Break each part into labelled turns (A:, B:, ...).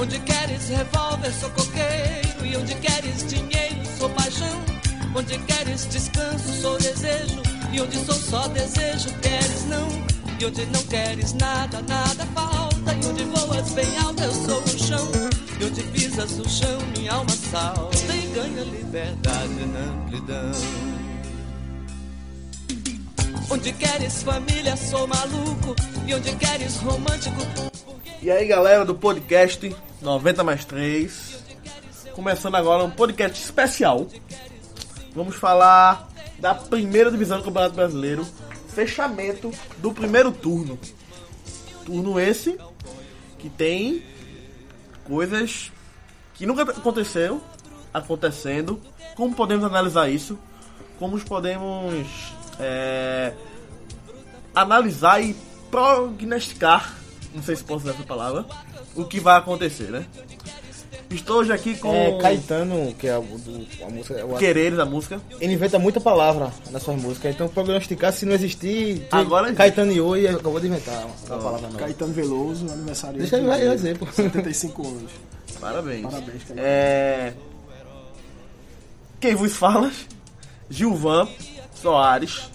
A: Onde queres revólver, sou coqueiro. E onde queres dinheiro, sou paixão. Onde queres descanso, sou desejo. E onde sou só desejo, queres não. E onde não queres nada, nada falta. E onde voas bem alto, eu sou o chão. E onde pisas o chão, minha alma salta. E ganha liberdade na amplidão. Onde queres família, sou maluco. E onde queres romântico.
B: E aí galera do podcast 90 mais 3, começando agora um podcast especial. Vamos falar da primeira divisão do Campeonato Brasileiro, fechamento do primeiro turno. Turno esse que tem coisas que nunca aconteceu, acontecendo. Como podemos analisar isso? Como podemos é, analisar e prognosticar, não sei se posso usar essa palavra, o que vai acontecer, né? Estou hoje aqui com
C: É Caetano, que é o do, a música. o-
B: Quereres da música.
C: Ele inventa muita palavra nas suas músicas, então prognosticar se não existir. tu-
B: Agora existe.
C: Caetano e Oi acabou de inventar uma uma palavra nova.
D: Caetano Veloso, aniversário
C: Deixa ele vai eu dizer, pô.
D: 75 anos.
B: Parabéns.
D: Parabéns, cara.
B: É... Quem vos fala? Gilvan Soares.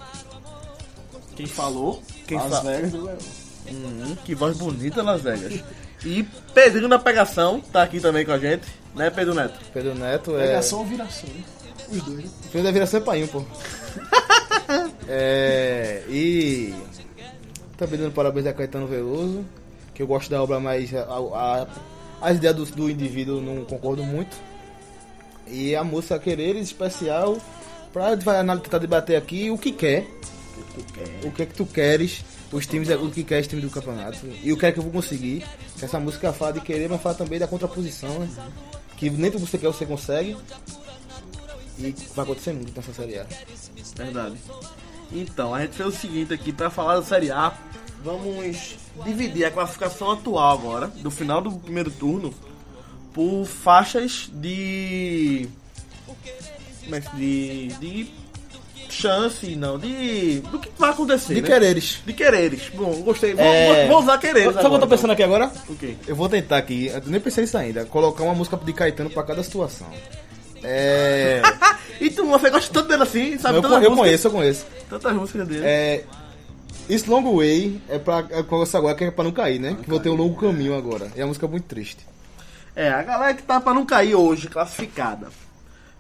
D: Quem falou?
B: Quem
D: Las
B: fala?
D: Vegas né? do Leão.
C: É.
B: Hum, que voz bonita, Las Vegas. E Pedrinho da Pegação tá aqui também com a gente, né, Pedro Neto?
C: Pedro Neto é.
D: Pegação ou viração? né? Os dois. né?
C: Filho da viração é painho, pô. é. E. Também dando parabéns a Caetano Veloso, que eu gosto da obra, mas a, a- as ideias do, do indivíduo eu não concordo muito. E a moça Quereres especial pra vai anal- tentar debater aqui o que quer. O que é que tu queres, os times, o que quer esse time do campeonato. E o que é que eu vou conseguir. Que essa música fala de querer, mas fala também da contraposição, né? Que nem tudo que você quer você consegue. E vai acontecer muito nessa série A.
B: Verdade. Então, a gente fez o seguinte aqui, pra falar da Série A, vamos dividir a classificação atual agora, do final do primeiro turno, por faixas de. Como é que de. de chance, não, de. do que vai acontecer.
C: De
B: né?
C: quereres.
B: De quereres. Bom, gostei. Vou,
C: É.
B: vou- vou usar quereres.
C: Sabe o que eu tô pensando aqui agora? então.
B: O quê?
C: Eu vou tentar aqui, eu nem pensei nisso ainda, colocar uma música de Caetano pra cada situação. É.
B: E tu, você gosta tanto dele assim, sabe?
C: eu,
B: tantas
C: eu
B: músicas-
C: conheço, eu conheço.
B: Tantas músicas dele.
C: É. Esse Long Way é pra. É com essa agora que é pra não cair, né? que vou ter um longo caminho agora. E a música é muito triste.
B: É, a galera que tá pra não cair hoje, classificada.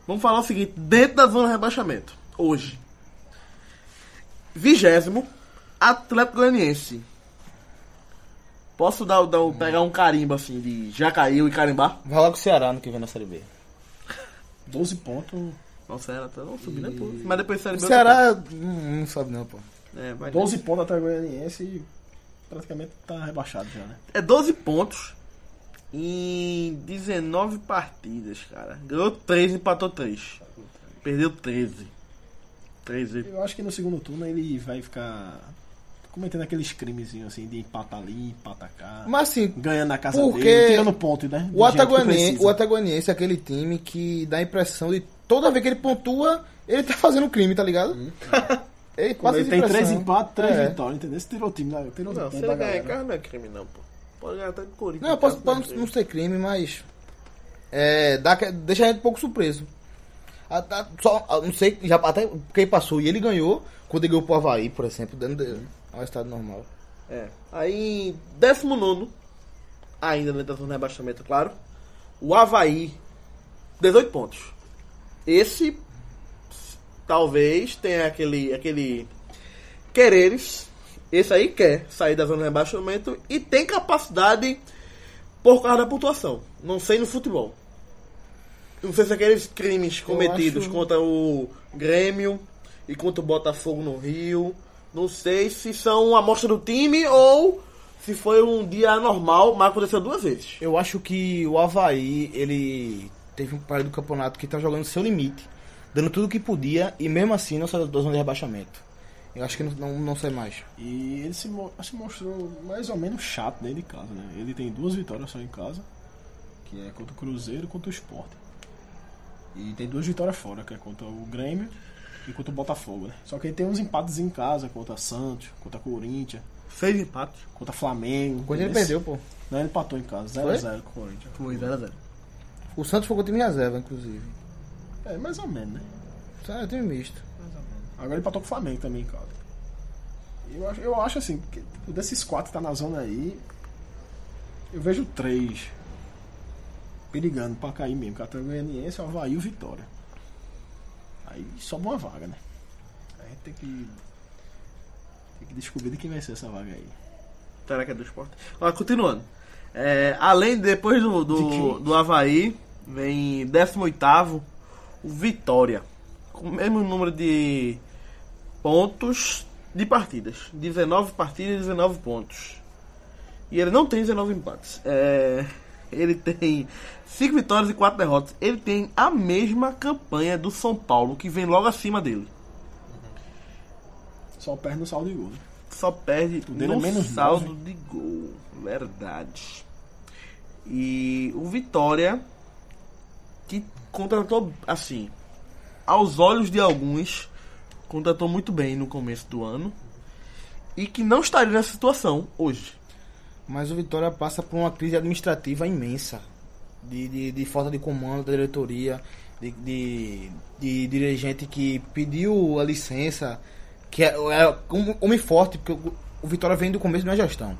B: Vamos falar o seguinte, dentro da zona de rebaixamento, hoje. Vigésimo, Atlético Goianiense. Posso dar, dar, um- pegar um carimbo assim de já caiu e carimbar?
C: Vai lá com o Ceará no que vem na série B.
D: 12 pontos.
B: Nossa, era até não subir, né? pô? Mas depois série
C: O
B: B.
C: Ceará. hum, não sabe não, pô.
B: É, vai
D: 12 pontos até o Goianiense e praticamente tá rebaixado já, né?
B: É 12 pontos em 19 partidas, cara. Ganhou 3, empatou 3. Perdeu 13. 13
D: Eu acho que no segundo turno ele vai ficar cometendo aqueles crimezinhos assim de empatar ali, empatar cá.
C: Mas assim,
D: Ganhando na casa
C: Porque
D: dele, tirando ponto, né?
C: O
D: Do jeito que
C: Ataguaniense,
D: precisa.
C: o Ataguaniense é aquele time que dá a impressão de toda vez que ele pontua, ele tá fazendo um crime, tá ligado? É, ele passa
D: Ele
C: essa
D: tem
C: impressão.
D: 3 empates, 3
C: É.
D: vitórias, entendeu? Você tirou o time, né? Tirou
B: Não,
D: os
B: se
D: pontos
B: ele
D: da
B: ganhar em
D: galera.
B: casa não é crime não, pô. Pode ganhar até de Corinthians.
C: Não, eu posso,
B: Em casa
C: pode
B: é
C: não
B: crime.
C: ser crime, mas. É, dá, que- deixa a gente um pouco surpreso. A, a- só, a- não sei, já, até quem passou e ele ganhou, quando ele ganhou pro Havaí, por exemplo, dando é um estado normal.
B: É. Aí, 19 ainda dentro da zona de rebaixamento, claro. O Havaí, 18 pontos. Esse, talvez, tenha aquele, aquele quereres. Esse aí quer sair da zona de rebaixamento e tem capacidade por causa da pontuação. Não sei no futebol. Não sei se é aqueles crimes cometidos
C: acho-
B: contra o Grêmio e contra o Botafogo no Rio. Não sei se são uma amostra do time ou se foi um dia anormal, mas aconteceu duas vezes.
C: Eu acho que o Havaí, ele teve um período do campeonato que tá jogando seu limite, dando tudo o que podia e mesmo assim não saiu da zona de rebaixamento. Eu acho que não, não, não sai mais.
D: E ele se, mo- se mostrou mais ou menos chato dentro de casa, né? Ele tem duas vitórias só em casa, que é contra o Cruzeiro e contra o Sport. E tem duas vitórias fora, que é contra o Grêmio e contra o Botafogo, né? Só que ele tem uns empates em casa, contra Santos, contra Corinthians.
B: Seis empates.
D: Contra Flamengo.
C: Quando ele
D: Esse-
C: perdeu, pô.
D: Não, ele empatou em casa.
C: Foi?
D: 0x0 com o Corinthians.
B: Foi 0x0.
C: O Santos foi com o time reserva, inclusive.
D: É, mais ou menos, né?
C: Só é time misto.
D: Agora ele empatou com o Flamengo também em casa. Eu acho, eu acho assim, que, tipo, desses quatro que tá na zona aí, eu vejo três perigando pra cair mesmo. é Catagoaniense, Havaí e o Vitória. Aí sobe uma vaga, né? Aí A gente tem que, tem que descobrir de quem vai ser essa vaga aí.
B: Será que é do esporte? Ó, continuando. É, além, depois do, do, do Havaí, vem 18 o Vitória. Com o mesmo número de pontos de partidas. 19 partidas, 19 pontos. E ele não tem 19 empates. É, ele tem 5 vitórias e 4 derrotas. Ele tem a mesma campanha do São Paulo, que vem logo acima dele.
D: Só perde no saldo de gol, né?
B: só perde
D: O dele
B: no
D: é menos
B: saldo
D: nove.
B: de gol. Verdade. E o Vitória, que contratou, assim, aos olhos de alguns, contratou muito bem no começo do ano. E que não estaria nessa situação hoje.
C: Mas o Vitória passa por uma crise administrativa imensa. De, de, de falta de comando da diretoria, de, de, de dirigente que pediu a licença, que é, é um homem forte, porque o, o Vitória vem do começo de uma gestão.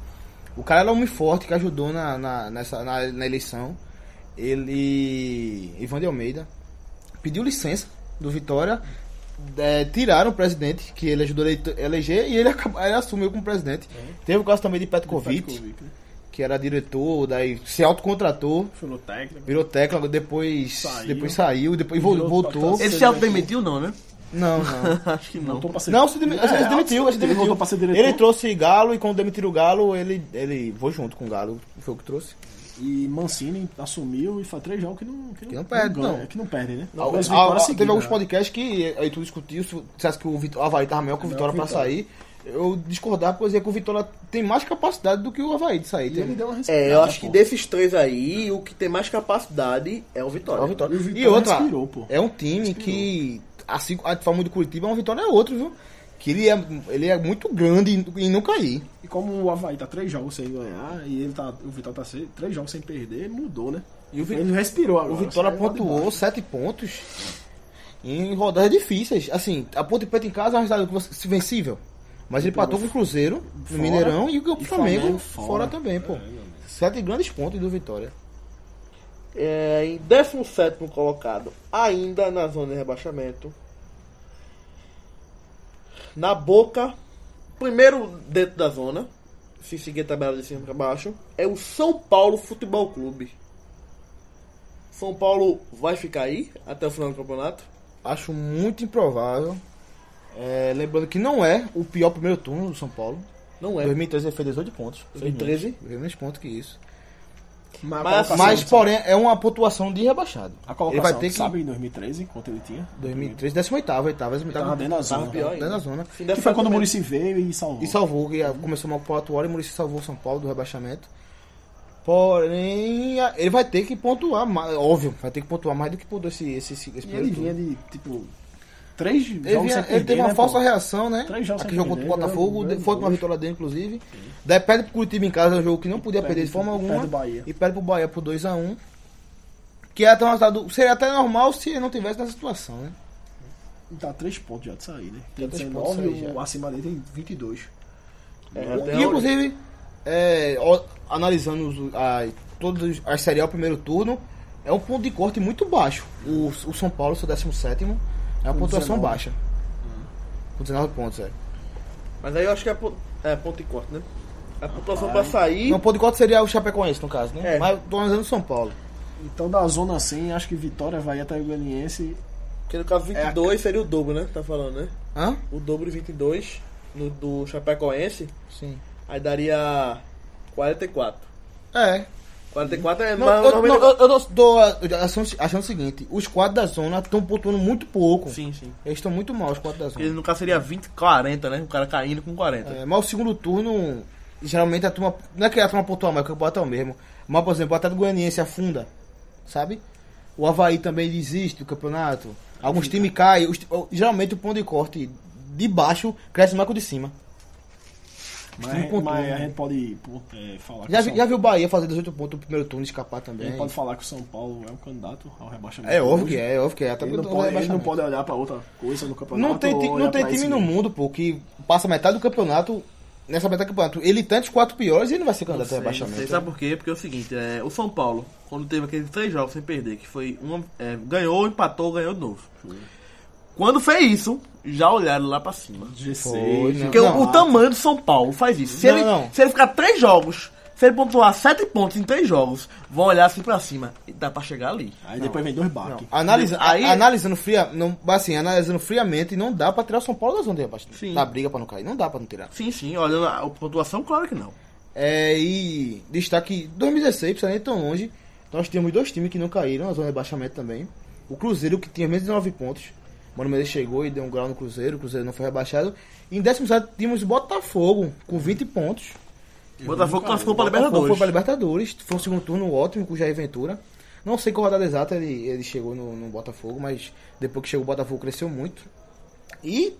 C: O cara era um homem forte que ajudou na, na, nessa, na, na eleição. Ele. Ivan de Almeida pediu licença do Vitória, é, tiraram o presidente, que ele ajudou a eleito- eleger, e ele, acabou- ele assumiu como presidente. Teve o caso também de Petkovic
D: Petkovic, né?
C: que era diretor, daí se autocontratou,
D: Falou técnico.
C: virou técnico, depois
D: Saiu.
C: saiu, depois saiu, depois vol-
D: Virou
C: voltou.
D: Você
B: Ele se
D: vai
B: autodemitiu, não, né?
C: Não, não.
B: Acho que não.
D: Voltou pra ser-
C: Não, se demi-
D: É,
C: ele se demitiu, ele se
D: Ele voltou pra ser
C: demitiu.
D: diretor.
C: Ele trouxe Galo e quando demitiram o Galo, ele, ele foi junto com o Galo, foi o que trouxe.
D: E Mancini assumiu e faz três jogos que não, que
C: Que não perde,
D: ganha,
C: não.
D: Que não perde, né?
C: Ah,
D: Algumas
C: ah,
D: vitórias
C: ah,
D: seguidas,
C: teve alguns
D: né?
C: podcasts que aí tu discutiu, se dissesse que o Vit- o Havaí tava melhor que o Vitória pra
D: Vitória.
C: sair. Eu discordava, pois é que o Vitória tem mais capacidade do que o Havaí de sair.
D: E ele
C: Tem...
D: deu uma respirada,
B: É, eu acho que
D: pô.
B: desses três aí, o que tem mais capacidade é o Vitória.
C: É o Vitória.
D: E o Vitória
C: E outra,
D: respirou, pô.
C: é um time que, assim como a gente fala muito do Curitiba, um Vitória é outro, viu? Que ele é, ele é muito grande e, e não cair.
D: E como o Havaí tá três jogos sem ganhar e ele tá, o Vital tá se- três jogos sem perder, mudou, né?
C: E o Vi-
D: ele respirou agora.
C: O Vitória
D: saiu lá de
C: pontuou
D: baixo.
C: sete pontos em rodadas difíceis. Assim, a Ponte Preta em casa é um resultado que você- vencível. Mas ele empatou com o Cruzeiro
D: Fora.
C: no Mineirão e o Flamengo,
D: E Flamengo
C: fora.
D: fora.
C: também, pô.
D: É, realmente.
C: Sete grandes pontos do Vitória.
B: É, em 17 colocado, ainda na zona de rebaixamento. Na boca, primeiro dentro da zona, se seguir a tabela de cima para baixo, é o São Paulo Futebol Clube. São Paulo vai ficar aí até o final do campeonato.
C: Acho muito improvável. É, lembrando que não é o pior primeiro turno do São Paulo.
B: Não é.
C: 2013 ele fez 18 pontos.
B: 2013?
C: Fez menos- fez menos pontos que isso.
D: Mas,
B: Mas-
D: a colocação,
C: Mas,
D: sabe?
C: porém, é uma pontuação de rebaixado.
D: A colocação,
C: Ele vai ter que.
D: sabe, em 2013, quanto ele tinha?
C: 2003, 18, 18, 18.
D: Tava dentro da zona.
C: Tava
D: Pior
B: ainda.
C: dentro da zona.
B: Fim né?
D: Que foi quando o
B: também.
D: Muricy veio e salvou.
C: E salvou, que começou mal por 4 horas e o Muricy salvou o São Paulo do rebaixamento. Porém, a- ele vai ter que pontuar mais. Óbvio, vai ter que pontuar mais do que pontuou esse, esse, esse
D: E
C: primeiro
D: ele
C: turno.
D: vinha de, tipo, três jogos
C: Ele, vinha-
D: sem
C: ele
D: perder,
C: teve uma
D: né,
C: falsa
D: pô?
C: reação, né?
D: Três jogos
C: Aqui
D: sem
C: jogou contra
D: perder,
C: o Botafogo,
D: ganhou,
C: foi com uma
D: ganhou.
C: vitória dele, inclusive. Daí perde pro Curitiba em casa, é um jogo que não podia
D: perde-
C: perder de forma
D: perde
C: alguma.
D: o Bahia.
C: E perde pro Bahia por 2x1. que é até um resultado, seria até normal se ele não tivesse nessa situação, né?
D: Tá três pontos já de sair, né? Tem
C: três pontos
D: 19
C: aí
D: o
C: já.
D: acima dele tem 22.
B: É, até
C: E
B: o-
C: inclusive, é, ó, analisando os, a, todas as Série A, o primeiro turno, é um ponto de corte muito baixo. O, o São Paulo, seu 17 é uma
D: Com
C: pontuação
D: 19.
C: baixa.
B: Hum.
C: Com 19 pontos, é.
B: Mas aí eu acho que é, pon- é ponto e corte, né? A pontuação pra sair.
C: Não, o ponto de corte seria o Chapecoense, no caso, né?
B: É.
C: Mas tô analisando o São Paulo.
D: Então, da zona 100, acho que Vitória vai até o Ganiense.
B: Que no caso 22 seria o dobro, né? Tá falando, né?
C: Hã?
B: O dobro de 22 no, do Chapecoense.
C: Sim.
B: Aí daria 44.
C: É.
B: 44 é
C: Não,
B: mais-
C: eu,
B: normalmente-
C: não, eu- eu dou- dou a- eu achando, achando o seguinte, os quatro da zona estão pontuando muito pouco.
B: Sim, sim.
C: Eles estão muito mal, os quatro da
B: Porque
C: zona.
B: no caso seria 20, 40, né? O cara caindo com 40.
C: É, mas o segundo turno, geralmente a turma. Não é que a turma pontua mais, porque o bota é o mesmo. Mas, por exemplo, o Atlético Goianiense afunda, sabe? O Havaí também desiste do campeonato. Alguns times caem. os ti- geralmente o ponto de corte de baixo cresce mais que o de cima.
D: Mas,
C: pontos,
D: mas
C: né?
D: a gente pode pô, é, falar
C: Já,
D: que o
C: vi-
D: São
C: já viu o Bahia fazer 18 pontos no primeiro turno e escapar
D: A
C: também?
D: gente pode falar que o São Paulo é um candidato ao rebaixamento.
C: É óbvio
D: hoje.
C: que é, é óbvio que é. Até
D: Ele
C: porque vai
D: não, pode, ele
C: baixar
D: não
C: mesmo.
D: pode olhar pra outra coisa no campeonato.
C: Não tem,
D: ou
C: ti-
D: olhar
C: não tem
D: pra
C: time
D: esse
C: no
D: mesmo.
C: mundo, pô, que passa metade do campeonato, nessa metade do campeonato. Ele tantos quatro piores e ele vai ser
B: Não
C: candidato
B: sei,
C: a
B: não sei.
C: rebaixamento. né?
B: Sabe por quê? Porque é o seguinte, é, o São Paulo, quando teve aqueles três jogos sem perder, que foi um, é, ganhou, empatou, ganhou de novo. Quando fez isso, já olharam lá pra cima.
C: Foi,
D: 16.
C: né?
B: Porque
C: Não,
B: o, o tamanho do São Paulo faz isso. Se,
C: Não,
B: ele,
C: não.
B: se ele ficar três jogos, se ele pontuar sete pontos em três jogos, vão olhar assim pra cima. E dá pra chegar ali.
D: Aí depois vem dois baques.
C: Analisa,
B: Aí-
C: analisando, fria, não, assim, analisando friamente, não dá pra tirar o São Paulo da zona de
B: Sim.
C: rebaixamento. Da briga pra não cair. Não dá pra não tirar.
B: Sim, sim, olhando a a pontuação, claro que não.
C: É, e destaque 2016, precisa nem ir tão longe. Nós temos dois times que não caíram na zona de rebaixamento também. O Cruzeiro, que tinha menos de 9 pontos. Mano Menezes chegou e deu um grau no Cruzeiro, o Cruzeiro não foi rebaixado. Em 17 tínhamos o Botafogo, com 20 pontos.
B: Botafogo classificou pra
C: Botafogo foi pra
B: Libertadores.
C: Libertadores. Foi um segundo turno ótimo com o Jair Ventura. Não sei qual rodada exata ele, ele chegou no, no Botafogo, mas depois que chegou o Botafogo cresceu muito. E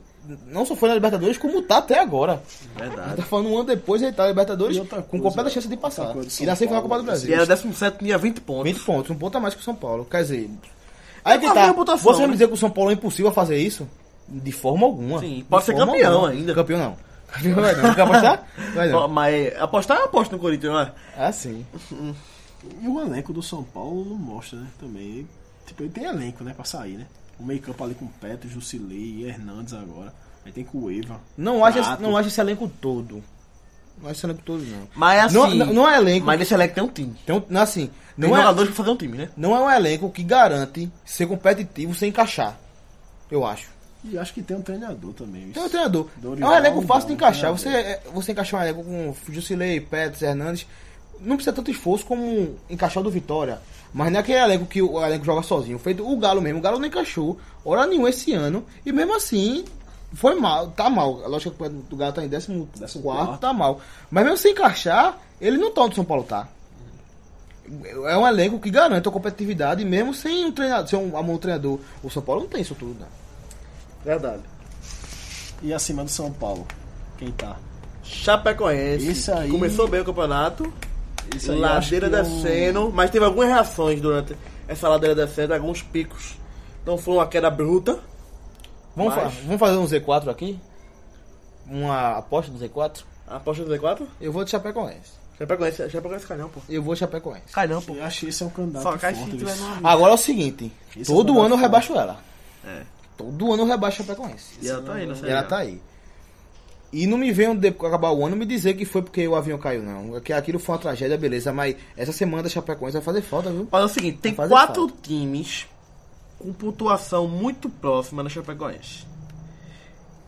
C: não só foi na Libertadores, como tá até agora. Ele
B: Verdade.
C: tá falando um ano depois ele tá na Libertadores
D: E outra
C: com
D: coisa,
C: completa chance de
D: outra
C: passar.
D: coisa, São
C: E na semifinal da Copa
B: E
C: do
D: Paulo,
C: Brasil.
B: era 17, tinha 20 pontos.
C: 20 pontos, um ponto a mais que o São Paulo. Quer dizer. Aí que
B: quase
C: tá.
B: uma pontuação,
C: Você vai
B: né?
C: me dizer que o São Paulo é impossível fazer isso? De forma alguma.
B: Sim,
C: De
B: pode ser
C: forma
B: campeão ainda.
C: Campeão não. Campeão vai não. Quer apostar? Vai
B: Ó,
C: não.
B: Mas apostar eu aposto no Corinthians, não é?
C: Ah, sim.
D: E o elenco do São Paulo não mostra, né? Também. Tipo, ele tem elenco, né? Pra sair, né? O meio-campo ali com Petro, Jusilei e Hernandes agora. Aí tem Cueva.
C: Não acha,
D: Prato.
C: não acha esse elenco todo. Não acha esse elenco todo, não.
B: Mas assim.
C: Não- não- não é elenco.
B: Mas nesse elenco tem um time.
C: Então, não, assim,
B: Tem
C: não é,
B: jogadores pra fazer um time, né?
C: não é um elenco que garante ser competitivo sem encaixar. Eu acho.
D: E acho que tem um treinador também.
C: Tem um treinador.
D: Dorival,
C: é um elenco fácil de
D: não,
C: encaixar. Você,
D: treinador.
C: é, você encaixar um elenco com Jusilei, Petros, Hernandes. Não precisa tanto esforço como encaixar o do Vitória. Mas não é aquele elenco que o elenco joga sozinho. Feito o Galo mesmo. O Galo não encaixou hora nenhuma esse ano. E mesmo assim, foi mal. Tá mal. A lógica que o Galo tá em 14,
D: Décimo quarto.
C: tá mal. Mas mesmo sem encaixar, ele não tá onde o São Paulo tá. É um elenco que garante a competitividade, mesmo sem um treinador, sem um, um treinador. O São Paulo não tem isso tudo, não.
B: Verdade.
D: E acima do São Paulo. Quem tá?
B: Chapecoense.
D: Isso
B: que
D: aí.
B: Começou bem o campeonato.
D: Isso aí,
B: ladeira
D: acho que é um-
B: descendo. Mas teve algumas reações durante essa ladeira descendo, alguns picos. Não foi uma queda bruta.
C: Vamos,
B: Mas-
C: fa- vamos fazer um Z4 aqui? Uma aposta do Z4?
B: Aposta do Z4?
C: Eu vou de Chapecoense.
B: Chapecoense, Chapecoense calhão, pô.
C: Eu vou de Chapecoense.
B: Calhão, pô.
D: Eu acho que esse é um candidato
B: Só cai se
D: forte.
B: tiver
D: viu?
B: no-
C: Agora é o seguinte:
D: Isso é
C: todo
D: uma
C: ano eu
D: das
C: rebaixo ela.
B: É.
C: Todo ano eu rebaixo a Chapecoense.
B: E ela tá aí, não sei.
C: E ela tá aí. E não me venham depois que acabar o ano me dizer que foi porque o avião caiu, não. Que aquilo foi uma tragédia, beleza. Mas essa semana da Chapecoense vai fazer falta, viu?
B: Olha é o seguinte, tem
C: Vai fazer
B: quatro times com pontuação muito próxima na Chapecoense.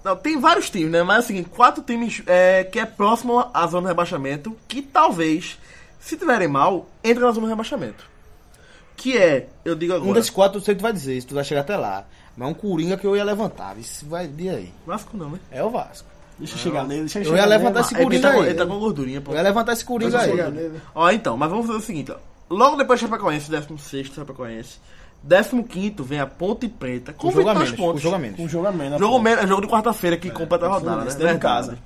B: Não, tem vários times, né? Mas é o seguinte, quatro times é, que é próximo à zona de rebaixamento, que talvez, se tiverem mal, entrem na zona de rebaixamento. Que é, eu digo agora,
C: Um desses quatro eu sei que tu vai dizer, se tu vai chegar até lá. Mas é um Coringa que eu ia levantar. Isso vai de aí.
B: Vasco não, né?
C: É o Vasco.
D: Deixa eu chegar nele. Deixa eu,
C: Eu
D: chegar
C: ia
D: nele.
C: levantar
D: Mas-
C: esse
B: Ah, ele,
C: Coringa
B: tá com,
C: aí.
B: ele tá com gordurinha, pô. tá
C: Eu ia levantar esse Coringa aí.
D: chegar nele.
B: Ó, então, mas vamos fazer o seguinte, ó. Logo depois da Chapecoense, 16 Chapecoense. 15 vem a Ponte Preta. Com
C: Com jogo a
B: 22
C: menos. Com
B: pontos.
C: jogo a menos.
D: Com um jogo a menos.
B: Jogo,
D: pô.
B: me- é jogo de quarta-feira que completa a rodada, né?
D: Fluminense dentro de casa.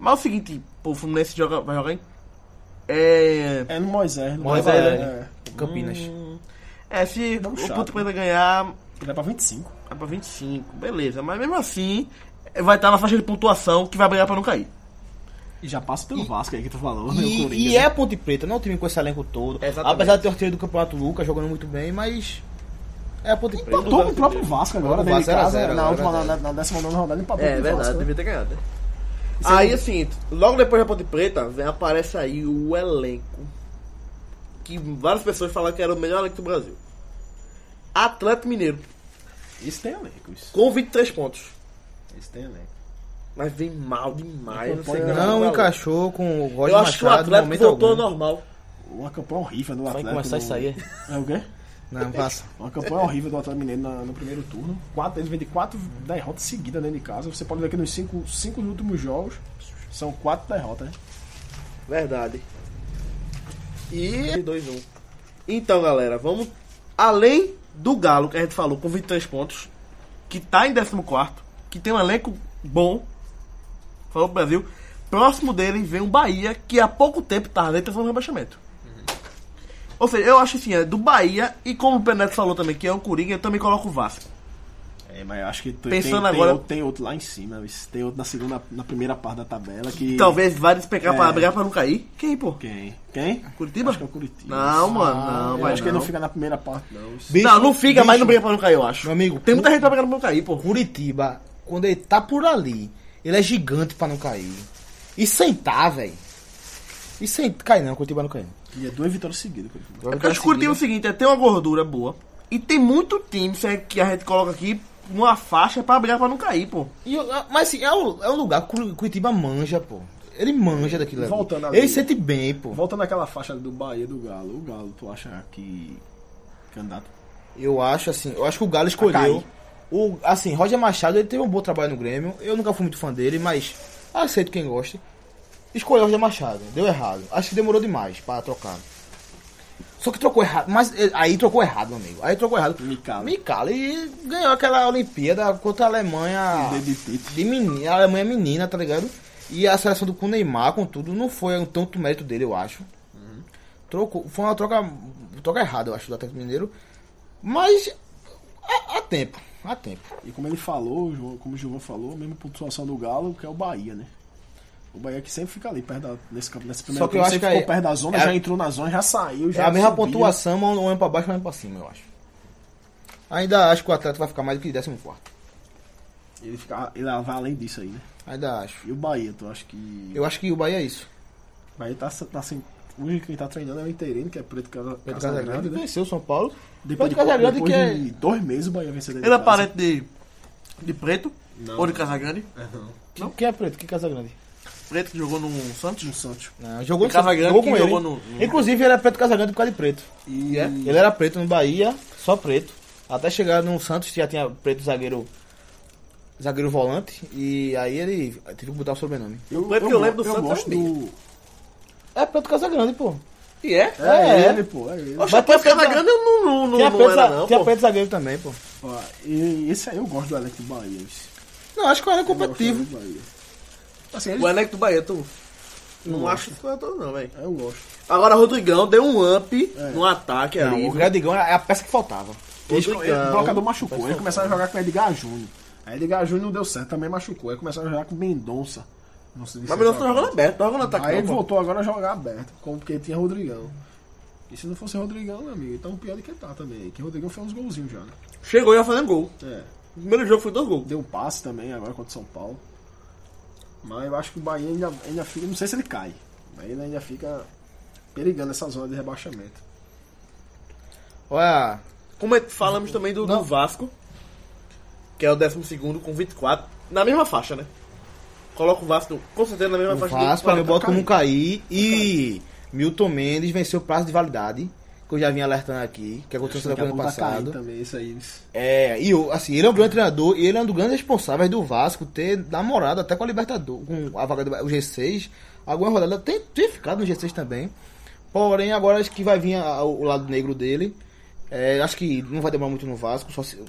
B: Mas é o seguinte, pô, o Fluminense joga, vai jogar em. É.
D: É no Moisés. no
C: Moisés,
D: Moisés,
C: né? Campinas.
B: É, se
D: Jogo
B: o
D: chato.
B: Ponte Preta ganhar,
D: é. Vai pra 25.
B: vai pra 25, beleza. Mas mesmo assim, é, vai estar na faixa de pontuação que vai brigar pra não cair.
D: E já passa pelo Vasco aí que tu falou, né? O
C: E,
D: Corinthians.
C: e é Ponte Preta, não é um time com esse elenco todo.
B: Exatamente.
C: Apesar de ter o artilheiro do Campeonato Lucas jogando muito bem, mas é a Ponte Preta.
D: Empatou com o próprio Vasco agora,
C: O
D: dentro de
C: Vasco era
D: casa.
C: zero,
D: na
C: era
D: última,
C: zero.
D: na, na décima nona rodada, empatou
B: É,
D: com o
B: verdade,
D: Vasco. né?
B: devia ter ganhado. Aí, assim, logo depois da Ponte Preta, vem, aparece aí o elenco. Que várias pessoas falaram que era o melhor elenco do Brasil. Atlético Mineiro,
D: Isso né? tem elenco, isso.
B: com 23 pontos.
D: Isso tem elenco.
B: Mas vem mal demais.
D: Não pode
B: como
D: não,
C: né? Não
B: vai.
C: encaixou com o Roger
B: Eu acho que o
C: Machado no
B: Atlético
C: momento
B: voltou
C: algum.
B: ao normal.
D: Uma campanha horrível do
E: Vai
D: Atlético.
E: começar isso aí.
D: É o quê?
C: Não, passa.
D: Uma campanha horrível do Atlético Mineiro na- no, primeiro turno. Quatro, eles vêm de quatro derrotas seguidas dentro de casa. Você pode ver que nos cinco, cinco últimos jogos são quatro derrotas. né?
B: Verdade. E 2 1 Então, galera, vamos além do Galo que a gente falou com 23 pontos, que tá em 14 quarto, que tem um elenco bom. Falou pro Brasil. Próximo dele vem o Bahia, que há pouco tempo tá ali tentando rebaixamento. Ou seja, eu acho assim, é do Bahia, e como o Peneto falou também, que é o Coringa, eu também coloco o Vasco.
D: É, mas eu acho que tu-
B: Pensando
D: tem,
B: agora-
D: tem, outro, tem outro lá em cima. viu? Tem outro na segunda, na primeira parte da tabela que.
B: Talvez vá despecar
D: É.
B: pra brigar pra não cair. Quem, pô?
D: Quem? Quem?
B: Curitiba?
D: Acho que é o Curitiba.
B: Não, mano, não,
D: Eu
B: vai
D: acho que ele não
B: não.
D: fica na primeira parte, não.
C: Bicho,
B: não, não fica, mas
C: bicho,
B: não briga pra não cair, eu acho.
C: Meu amigo,
B: Tem muita gente pra brigar pra não cair, pô.
C: Curitiba, quando ele tá por ali, ele é gigante pra não cair. E sentar, velho. E sem cai não, Curitiba não cai não.
D: E é duas vitórias seguidas, Curitiba.
B: É porque eu acho que o Curitiba é o seguinte, é tem uma gordura boa. E tem muito time se é que a gente coloca aqui numa faixa pra brigar pra não cair, pô.
C: E eu- mas assim, é um, é um lugar que o Curitiba manja, pô. Ele manja daquilo ali.
D: Voltando ali.
C: Ele sente bem, pô.
D: Voltando naquela faixa do Bahia do Galo, o Galo, tu acha que. Candidato.
C: Eu acho assim, eu acho que o Galo escolheu.
D: Cai.
C: O, assim, Roger Machado, ele teve um bom trabalho no Grêmio. Eu nunca fui muito fã dele, mas aceito quem gosta. Escolheu o Roger Machado, deu errado. Acho que demorou demais pra trocar. Só que trocou errado, mas eh, aí trocou errado, meu amigo. Aí trocou errado.
D: Micala.
C: Micala e ganhou aquela Olimpíada contra a Alemanha.
D: Dedo de Tite.
C: De menina, a Alemanha é menina, tá ligado? E a seleção do com Neymar, contudo, não foi um tanto mérito dele, eu acho. Trocou, foi uma troca, troca errada, eu acho, do Atlético Mineiro. Mas há, há tempo, há tempo.
D: E como ele falou, o João- como o João falou, a mesma pontuação do Galo que é o Bahia, né? O Bahia que sempre fica ali, perto da, nesse campo, nessa primeira
C: Só que eu
D: turma,
C: acho
D: sempre
C: que
D: ficou
C: é-
D: perto da zona,
C: é-
D: já entrou na zona, já saiu,
C: É
D: já
C: a mesma
D: subiu.
C: pontuação, mas um ano pra baixo e um ano pra cima, eu acho. Ainda acho que o Atlético vai ficar mais do que 14.
D: Ele, fica, ele vai além disso aí, né?
C: Ainda acho.
D: E o Bahia, tu acha que.
C: Eu acho que o Bahia é isso.
D: O Bahia tá, tá sem. Hoje quem tá treinando é o Interino, que é preto Casa-
C: Pedro
D: Casagrande,
C: Casagrande
D: né?
C: venceu o São Paulo.
D: Depois, de,
C: Pedro Casagrande que é...
D: depois de dois meses o Bahia venceu dentro
B: Ele é
D: de casa.
B: parente de, de Preto,
D: Não.
B: ou de Casagrande.
C: Não? Quem é preto? Que Casagrande?
B: Preto que jogou no Santos.
D: No Santos.
C: Não, jogou, no
B: Casagrande
C: jogou
B: que
C: com ele.
B: jogou no- no-
C: Inclusive, ele era preto Casagrande por causa de preto.
D: E
B: é?
C: Ele era preto no Bahia, só preto. Até chegar no Santos, já tinha preto zagueiro zagueiro volante. E aí ele teve que botar o sobrenome.
D: eu,
B: Preto que eu lembro do
D: eu
B: Santos
D: gosto
B: é o
D: do.
C: É preto Casagrande, pô.
B: E é?
D: É,
C: É,
D: ele, pô, é ele.
B: Oxe,
C: Mas
B: até o
C: pode ser
B: Casagrande eu não, não, não,
C: tinha
B: não
C: preto,
B: era
C: za-
B: não,
C: tinha
B: pô.
C: preto zagueiro também, pô.
D: Ó, e esse aí eu gosto do elenco do Bahia. esse.
C: Não, acho que era
D: Eu gosto do
C: competitivo.
D: Bahia. Assim,
B: O
D: ele,
B: Elenco do Bahia, tu... Não acho que foi todo não, velho.
D: eu gosto.
B: Agora, Rodrigão deu um up no ataque ali.
C: É. Não, o Gradigão é a peça que faltava.
D: Ele, ele,
B: Rodrigão.
D: o blocador machucou. Aí começaram a jogar com o Edgar Júnior. Aí Edgar Júnior não deu certo, também machucou. Aí começaram a jogar com o Mendonça. Não sei se
B: Mas o Mendonça tá jogando aberto, tá jogando ataque.
D: Aí
B: não,
D: ele
B: pô.
D: voltou agora a jogar aberto, como porque tinha Rodrigão. E se não fosse Rodrigão, meu amigo, então pior do que tá também. Que Rodrigão fez uns golzinhos já, né?
B: Chegou e ia fazendo gol.
D: É.
B: O primeiro jogo foi dois gols.
D: Deu um passe também agora contra o São Paulo. Mas eu acho que o Bahia ainda, ainda fica. Não sei se ele cai. Mas ele ainda fica perigando essa zona de rebaixamento.
C: Olha,
B: Como é que falamos também do, do Vasco, que é o 12 com 24, na mesma faixa, né? Coloca o Vasco com certeza na mesma
C: o
B: faixa
C: Vasco, é eu boto
B: caindo.
C: como um cair. E Milton Mendes venceu o prazo de validade. Que eu já vim alertando aqui, que aconteceu
D: Daqui a
C: no ano
D: pouco tá caindo
C: passado.
D: também, isso aí.
C: É, e eu, assim, ele é um grande treinador e ele é um dos grandes responsáveis do Vasco ter namorado até com a Libertador, com a vaga do o G6. Alguma rodada tem, tem ficado no G6 também. Porém, agora acho que vai vir a- o lado negro dele. É, acho que não vai demorar muito no Vasco. Só se-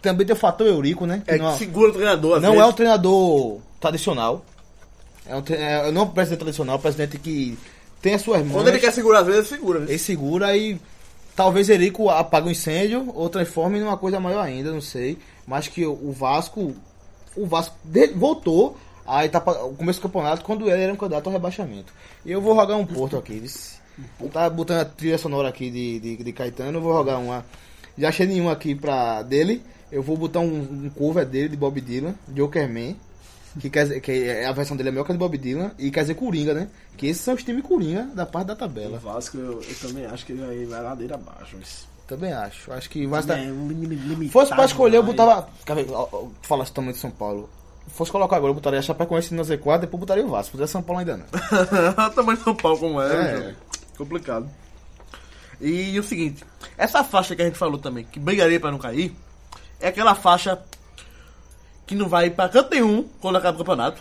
C: Também tem o fator Eurico, né? que
B: É,
C: não,
B: que segura o treinador, às
C: não
B: vezes.
C: é um treinador tradicional. É um, tre- é, não é um presidente tradicional, é um presidente que tem as suas mãos.
B: Quando ele quer segurar, às vezes ele segura. né?
C: Ele segura e talvez Erico apague o incêndio ou transforme numa coisa maior ainda, não sei. Mas que o Vasco. O Vasco de- voltou à etapa, ao começo do campeonato quando ele era um candidato ao rebaixamento. E eu vou rogar um porto aqui. vice. Eu tava botando a trilha sonora aqui de, de, de Caetano, eu vou rogar uma. Já achei nenhum aqui pra dele. Eu vou botar um, um cover dele, de Bob Dylan, Joker Man. Que, quer dizer- que é- a versão dele é melhor que a de Bob Dylan. E quer dizer Coringa, né? Que esses são os times Coringa da parte da
D: O
C: tabela.
D: Vasco, eu, eu também acho que ele vai, vai ladeira abaixo. Mas...
C: Também acho. Acho que vai
D: É,
C: estar.
D: lim- limitado
C: Tá. Fosse pra escolher, eu
D: Tá demais.
C: botava. Quer ver, ó, ó, Falar esse tamanho de São Paulo. Fosse colocar agora, eu botaria a Chapecoense no Z4, depois botaria o Vasco. Se puder São Paulo ainda não.
B: Tamanho de São Paulo como é,
C: É.
B: é. Complicado. E o seguinte, essa faixa que a gente falou também, que brigaria pra não cair, é aquela faixa que não vai pra canto nenhum quando acaba o campeonato.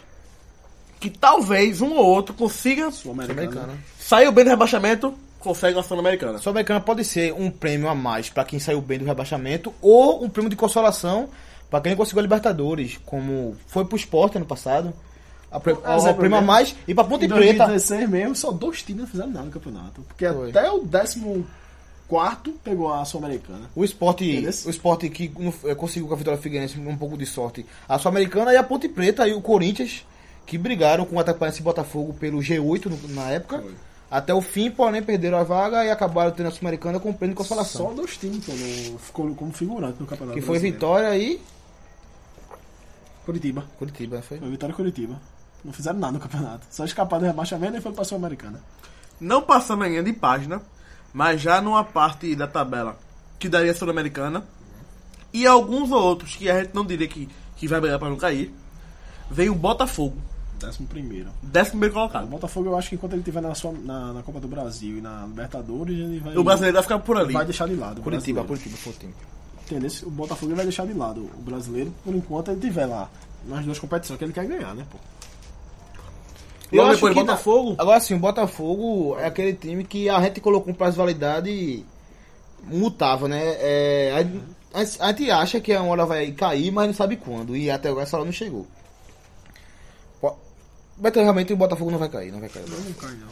B: Que talvez um ou outro consiga
D: Sul-Americano.
C: Sul-Americana.
B: saiu bem do rebaixamento, consegue uma Sul-Americana.
C: Sul-Americana pode ser um prêmio a mais pra quem saiu bem do rebaixamento ou um prêmio de consolação pra quem conseguiu a Libertadores, como foi pro Sport ano passado. a, pre-
D: Por
C: a- a
D: exemplo,
C: prima
D: mesmo.
C: mais e pra Ponte
D: Ah, Em
C: Preta.
D: 2016 mesmo, só dois times não fizeram nada no campeonato. Porque
C: Foi.
D: até o 14 pegou a Sul-Americana.
C: O esporte,
D: Beleza.
C: o esporte que não- eh, conseguiu com a vitória Figueirense um pouco de sorte. A Sul-Americana e a Ponte Preta e o Corinthians, que brigaram com o Atapanense e Botafogo pelo G8 no- na época.
D: Foi.
C: Até o fim, porém, perderam a vaga e acabaram tendo a Sul-Americana com prêmio de consolação.
D: Só né? dois times então, no- ficou como figurante no campeonato.
C: que foi
D: brasileiro.
C: Vitória e
D: Curitiba.
C: Curitiba, foi?
D: Foi vitória Curitiba. Não fizeram nada no campeonato. Só escaparam do rebaixamento e foi pra Sul-Americana.
B: Não passando a linha de página, mas já numa parte da tabela que daria a Sul-Americana. E alguns outros que a gente não diria que, que vai brigar pra não cair. Vem o Botafogo,
D: Décimo primeiro.
B: décimo primeiro
D: O
B: colocado.
D: Botafogo, eu acho que enquanto ele estiver na, sua- na, na Copa do Brasil e na Libertadores, ele vai.
B: O brasileiro vai ficar por ali.
D: vai deixar de lado.
C: tá
D: o
C: Curitiba,
D: brasileiro.
C: Curitiba foi o time.
D: Entendeu? O Botafogo vai deixar de lado. O brasileiro, por enquanto, ele tiver lá nas duas competições que ele quer ganhar, né, pô?
C: Eu
B: Logo
C: acho
B: depois
C: que
B: Botafogo.
C: Agora sim, o Botafogo é aquele time que a gente colocou um prazo de validade mutável, né? É, a, a- a gente acha que a hora vai cair, mas não sabe quando. E até agora essa hora não chegou. Po- Mas então, realmente o Botafogo não vai cair, não vai cair.
D: Não, não cai, não.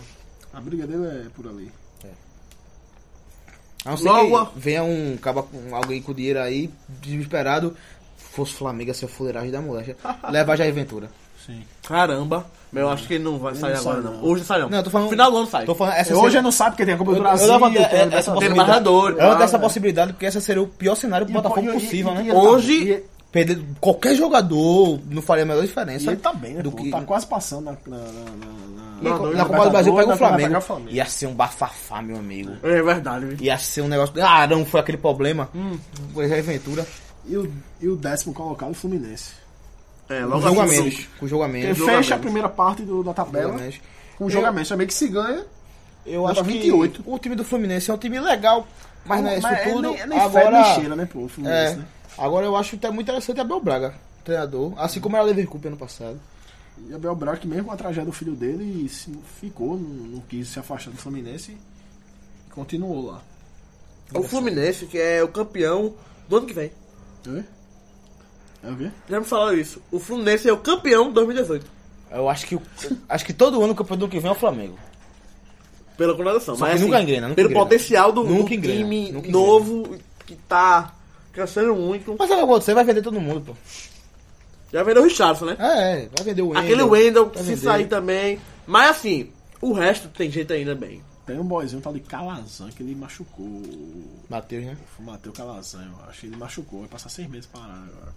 D: A briga dele é por ali.
C: A não ser
B: Logo-
C: que venha um caba com alguém com dinheiro aí, desesperado, fosse Flamengo, ser fuleiragem da moléstia, levar Jair Ventura.
D: Sim.
B: Caramba. Mas eu acho que ele não vai
D: Ele
B: sair
D: não sai,
B: agora, não.
D: não.
B: Hoje não sai, não.
C: Não, eu tô falando.
B: Final do ano sai. é
C: Tô falando essa
D: hoje
C: seria-
D: eu não sabe porque tem a Copa
C: Eu-
D: é do
C: eu
D: Brasil.
C: levantei
D: tem
C: é
D: a
C: essa
D: Libertadores.
B: Tem narrador.
C: Eu dessa
D: Ah,
C: possibilidade, porque esse seria o pior cenário pro
D: E
C: Botafogo
D: pô, e-
C: possível,
D: e-
C: né?
D: e-
B: Hoje-
D: e-
C: Perder qualquer jogador não faria a menor
D: E
C: diferença.
D: ele tá bem, né?
C: Do
D: pô?
C: que-
D: Tá quase passando na. na, na, na,
C: E
D: na-
C: co-
D: na
C: na Copa do Brasil pega o
D: Libertadores, né? vai pegar
C: Flamengo.
D: o Flamengo.
C: Ia ser um bafafá, meu amigo.
B: É verdade. viu?
C: Ia ser um negócio. Ah, não foi aquele problema.
D: Hum.
C: Foi a aventura.
D: E o, e o décimo colocado, o Fluminense.
B: É,
C: Com
B: logo
C: jogo a
B: assim,
C: menos. Com jogo a
D: Ele
C: É, menos.
B: jogo a
D: fecha a
B: menos.
D: primeira parte do, da
C: com jogo
D: tabela
C: a menos.
D: com o jogamento. Também que se ganha.
C: Eu
D: Joga
C: acho que
D: 28.
C: o time do Fluminense é um time legal, mas não é isso
D: é
C: tudo.
D: nem- é nem fede,
C: agora,
D: nem cheira, né, pô? O Fluminense,
C: é,
D: né?
C: agora eu acho que tá muito interessante Abel Braga, treinador. Assim como era o Leverkusen ano passado.
D: E Abel Braga, que mesmo com a tragédia do filho dele, se- ficou, não, não quis se afastar do Fluminense e continuou lá.
B: O Fluminense, que é o campeão do ano que vem.
D: Oi? É o quê?
B: Já me falaram isso. O Fluminense é o campeão de 2018.
C: Eu acho que, o- acho que todo ano o campeão do ano que vem é o Flamengo.
B: Pela contratação.
C: Só
B: mas
C: que
B: assim,
C: nunca engrena, nunca
B: Pelo
C: engrena.
B: potencial do,
C: Nunca
B: do
C: engrena,
B: time
C: nunca
B: novo que tá crescendo muito.
C: Mas sabe o que aconteceu? Vai vender todo mundo, pô.
B: Já vendeu o Richardson, né?
C: É, é, vai vender o Wendel.
B: Aquele Wendel, Tá
C: vai
B: se
C: vender.
B: sair também. Mas assim, o resto tem jeito ainda bem.
D: Tem um boyzinho tal de Calazan que ele machucou. O
C: Matheus, né?
D: Mateu Calazan, eu acho. Ele machucou. Vai passar seis meses parado agora.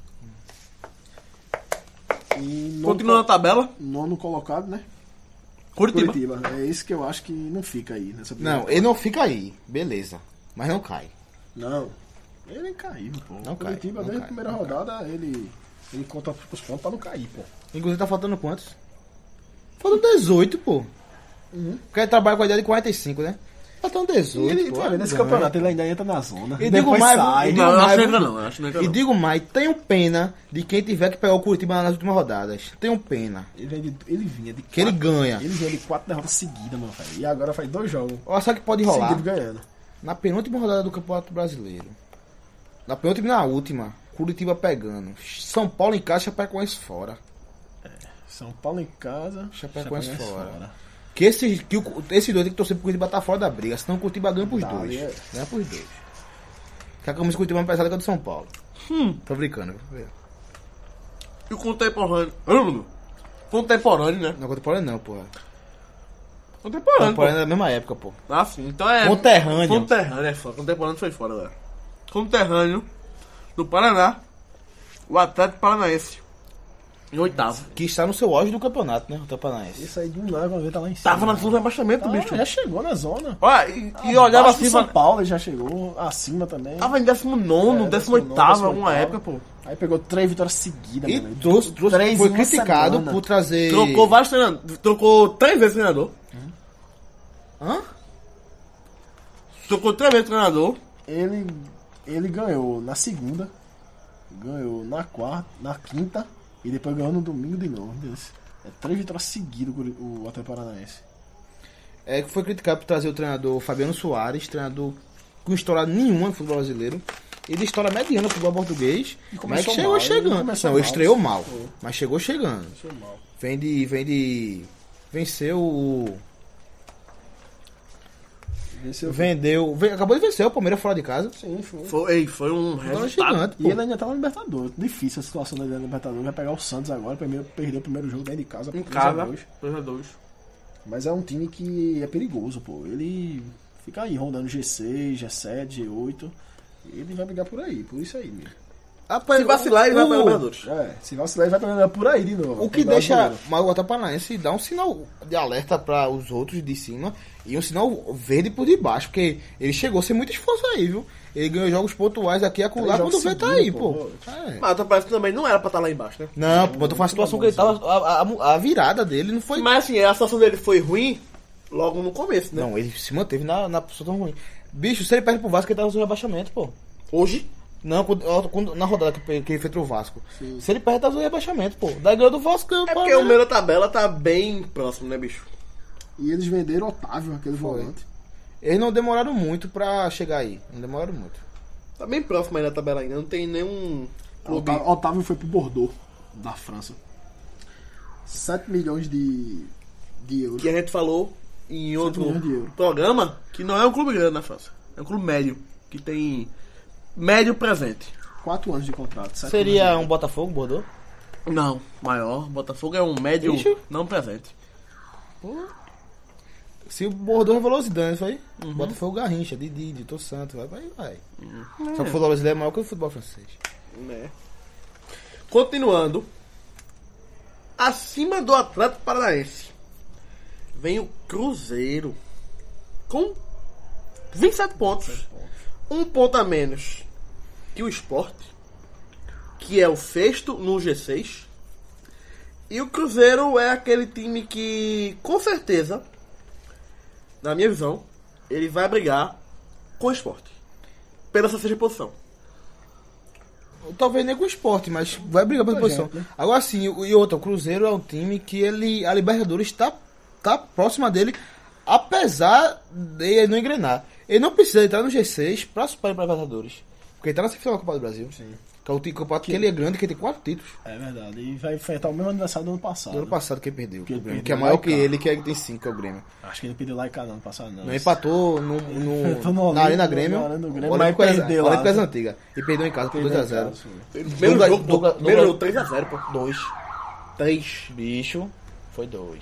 D: E nono,
B: Continua na
D: co-
B: tabela.
D: nono colocado, né?
B: Curitiba.
D: Curitiba. É isso que eu acho que não fica aí nessa primeira
C: Não, ele não fica aí, beleza. Mas não cai.
D: Não. Ele caiu, pô.
C: Não
D: O
C: cai,
D: Curitiba,
C: não
D: desde
C: cai,
D: a primeira rodada, ele, ele conta pros pontos pra não cair, pô.
C: Inclusive tá faltando quantos? Faltam 18, pô.
B: Uhum.
C: Porque ele trabalha com a ideia de 45, né? Faltando 18,
D: ele,
C: pô.
D: tá vendo, nesse
C: ganha.
D: campeonato ele ainda entra na zona.
C: né? E
D: E
C: digo
D: Depois
C: mais,
D: sai.
C: e
B: Não, é eu
C: Não,
B: acho que
C: mas-
B: não, entra não, eu acho que não entra
C: E
B: não.
C: digo mais, tenho pena de quem tiver que pegar o Curitiba nas últimas rodadas. Tenho pena.
D: Ele, vem de- ele vinha de
C: Que ele
B: Ah,
D: quatro-
C: ganha.
D: Ele vinha de quatro derrotas seguidas, mano, velho. E agora faz dois jogos
C: Olha só que pode rolar.
D: seguidos ganhando.
C: Na penúltima rodada do Campeonato Brasileiro. Na penúltima e na última. Curitiba pegando. São Paulo em casa, Chapecoense fora.
D: São Paulo em casa.
C: Chapecoense
B: é
C: fora. Que esses, que o- esses dois tem que torcer pro Curitiba tá fora da briga. Senão o Curitiba ganha pros
D: Tá,
C: dois.
D: é.
C: Ganha pros dois. Que a camisa do Curitiba é mais pesada que a do São Paulo.
B: Hum.
C: Tô brincando. viu?
B: E o contemporâneo. Hum, Contemporâneo, né?
C: Não, é contemporâneo não, porra.
B: Contemporâneo. pô.
D: né?
C: Contemporâneo é da mesma época, pô.
B: Ah, sim. Então é.
C: Conterrâneo.
B: Conterrâneo, é foda. Contemporâneo foi fora, galera. Conterrâneo do Paraná. O Atlético Paranaense. Em oitavo.
C: Que está no seu auge do campeonato, né? O Tapanaense.
D: Isso aí de um lado, vai ver, tá lá em cima.
B: Tava na zona de rebaixamento,
D: Ah,
B: bicho.
D: Já chegou na zona.
B: Olha, e, e olhava
D: Abaixo do
B: assim.
D: São
B: fala-
D: Paulo ele já chegou. Acima também.
B: Tava em 19,
D: É,
B: 18,
D: 19º,
B: alguma
D: 18º.
B: época, pô.
D: Aí pegou três vitórias seguidas,
C: E
D: meu amigo.
C: trouxe, trouxe-
D: é Três
C: foi
D: em uma
C: criticado
D: semana.
C: por trazer.
B: Trocou vários treinadores. Trocou três vezes treinador.
C: Hã?
B: Trocou três vezes treinador.
D: Ele, ele ganhou na segunda, ganhou na quarta, na quinta e depois ganhou no domingo de novo. entendeu? É três vitórias seguidas o Curi- o Atlético Paranaense.
C: É que foi criticado por trazer o treinador Fabiano Soares, treinador com história nenhuma no futebol brasileiro. Ele estoura mediano pro futebol português,
D: E
C: mas
D: começou
C: chegou
D: mal, né?
C: chegando.
D: Começou
C: Não,
D: mal,
C: estreou
D: sim.
C: mal,
D: Foi.
C: mas chegou chegando.
D: Foi mal.
C: Vem de. Vem de. Venceu o.
D: Venceu.
C: Vendeu. ve- Acabou de vencer o Palmeiras fora de casa.
D: Sim, foi.
B: Foi, ei, foi
D: Então,
B: um
C: Agora é
B: resultado.
C: gigante,
D: E
C: pô.
D: ele ainda tá na Libertadores. Difícil a situação dele na Libertadores. Vai pegar o Santos agora, primeiro, perdeu o primeiro jogo dentro de casa.
B: Em
D: 3 a
B: casa,
D: 2.
B: 2x2.
D: Mas é um time que é perigoso, pô. Ele fica aí rondando G6, G7, G8. Ele vai brigar por aí, por isso aí mesmo.
C: Rapaz,
B: Se vacilar, ele vai pra
C: o-
B: Libertadores.
D: É, se vacilar, ele vai brigar por aí de novo.
C: O que
D: Vai brigar
C: deixa
D: por aí.
C: mas o Atlético Paranaense dá um sinal de alerta para os outros de cima e um sinal verde por debaixo, porque ele chegou sem muito esforço aí, viu? Ele ganhou jogos pontuais aqui, acolá,
D: Três
C: quando
D: jogos
C: vê tá
D: seguidos,
C: aí, pô.
D: pô.
C: É.
B: Mas o Ah, tá, parece também não era pra estar lá embaixo, né?
C: Não, pô, mas eu faço a situação que ele tava. A, a- a virada dele não foi.
B: Mas assim, a situação dele foi ruim logo no começo, né?
C: Não, ele se manteve na, na posição tão ruim. Bicho, se ele perde pro Vasco, ele tava no seu rebaixamento, pô.
B: Hoje,
C: Não, quando- ó, quando- na rodada que, pe- que ele fez pro Vasco. Se ele perde, tava no rebaixamento, pô. né? Daí ganhou do Vasco, ganhou
B: é
C: do
B: porque o
C: Palmeiras.
B: meio da tabela tá bem próximo, né, bicho?
D: E eles venderam Otávio, aquele volante.
C: Eles não demoraram muito pra chegar aí. Não demoraram muito.
B: Tá bem próximo aí da tabela ainda, não tem nenhum clube.
C: tá-
D: Otávio, Otávio foi pro Bordeaux, da França. 7 milhões de, de euros.
B: que
C: é-
B: a gente falou em outro
D: milhões de euros.
B: programa, que não é um clube grande na França. É um clube médio, que tem médio presente.
D: 4 anos de contrato. sete
C: Seria
D: milhões
C: um Botafogo, Bordeaux?
B: Não, maior. Botafogo é um médio
C: Ixi.
B: não presente.
C: Se o Bordeaux revelou os danos, foi? Botafogo Garrincha, Didi, Dito Santo, vai, vai, vai. Só que o futebol brasileiro é maior que o futebol francês.
B: Né? Continuando. Acima do Atlético Paranaense. Vem o Cruzeiro. Com 27 pontos. Um ponto a menos que o Sport. Que é o sexto no G6. E o Cruzeiro é aquele time que, com certeza, na minha visão, ele vai brigar com o Sport. Pela sua sexta posição.
C: Ou Talvez nem com o esporte, mas vai brigar pela
D: Pois
C: posição.
D: é, né?
C: Agora sim, o- e outra, o Cruzeiro é um time que ele. A Libertadores está tá próxima dele, apesar de ele não engrenar. Ele não precisa entrar no G6 para superar para Libertadores. Porque ele tá na semifinal da Copa do Brasil.
D: Sim.
C: Que é o ti- campeonato que ele é grande, que ele tem quatro títulos
D: É verdade. E vai enfrentar o mesmo aniversário do ano passado.
C: do ano passado que ele perdeu.
D: Ah, Que
C: Que,
D: ele
C: Grêmio,
D: perdeu,
C: que é maior
D: vai,
C: que
D: cara.
C: ele, que é que tem cinco, que é o Grêmio.
D: Acho que ele perdeu lá em casa no ano passado, não.
C: Não empatou no, no,
D: Enfrentou no
C: na Arena
D: Olímpico,
C: Grêmio.
D: na Arena do É Grêmio,
C: Olímpico
D: mas
C: é-
D: perdeu lá,
C: Olímpico é
D: né?
C: antiga. E perdeu em casa por
D: Pelo
C: 2x0.
D: né?
B: Primeiro
C: Douglas-
B: jogo, pô.
C: Douglas-
B: primeiro jogo
C: Douglas-
B: 3x0, pô.
C: 2.
B: 3.
C: Bicho, foi 2.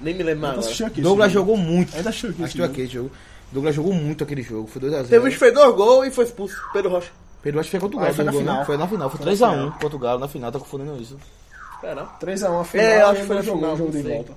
B: Nem me lembro mais. agora.
D: aqui.
C: Douglas jogou muito.
D: Ainda achou que
C: Assistiu aquele jogo. Douglas jogou muito aquele jogo. Foi 2x0.
B: Teve um esfedor gol e foi expulso. Pedro Rocha.
C: Pedro acho que foi contra o
D: Ah,
C: Galo.
D: foi na
C: jogou, né?
D: final.
C: Foi na final. Foi
D: Foi
C: 3x1
D: na
C: contra o Galo na final. Tá confundindo isso.
B: Pera.
D: 3x1 a final.
B: É, eu acho
D: e
B: que foi
D: ainda
B: no
D: jogou
B: final,
D: o jogo de
B: não sei.
D: volta.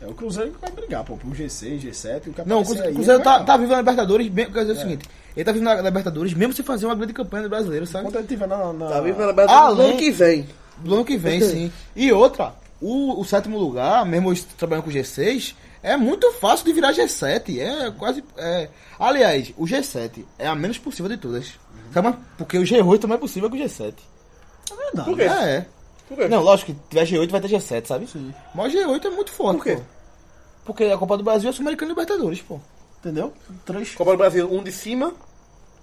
D: É o Cruzeiro que vai brigar, pô. Pro G6, G7. O que
C: Não, o
D: aparecer
C: Cruzeiro,
D: aí,
C: Cruzeiro
D: é
C: tá,
D: legal.
C: tá vivo na Libertadores. Bem, quer dizer o seguinte. Ele tá vivo na Libertadores mesmo sem fazer uma grande campanha do brasileiro, sabe?
D: Quando ele tiver na. na...
B: Tá vivo na Libertadores
C: Além-
B: ano que vem.
C: Do ano que vem, sim. E outra, o, o sétimo lugar, mesmo eu trabalhando com G6, é muito fácil de virar G7. É quase. É... Aliás, o G7 é a menos possível de todas. Sabe, mas porque o G8 também é possível que o G7.
D: É verdade.
B: Por quê?
C: É, é.
B: Por quê?
C: Não, lógico que tiver G8 vai ter G7, sabe?
D: Sim.
C: Mas o G8 é muito forte.
B: Por quê?
C: pô. Porque a Copa do Brasil é Sul-Americana e Libertadores, pô.
D: Entendeu? Três.
B: Copa do Brasil, um de cima.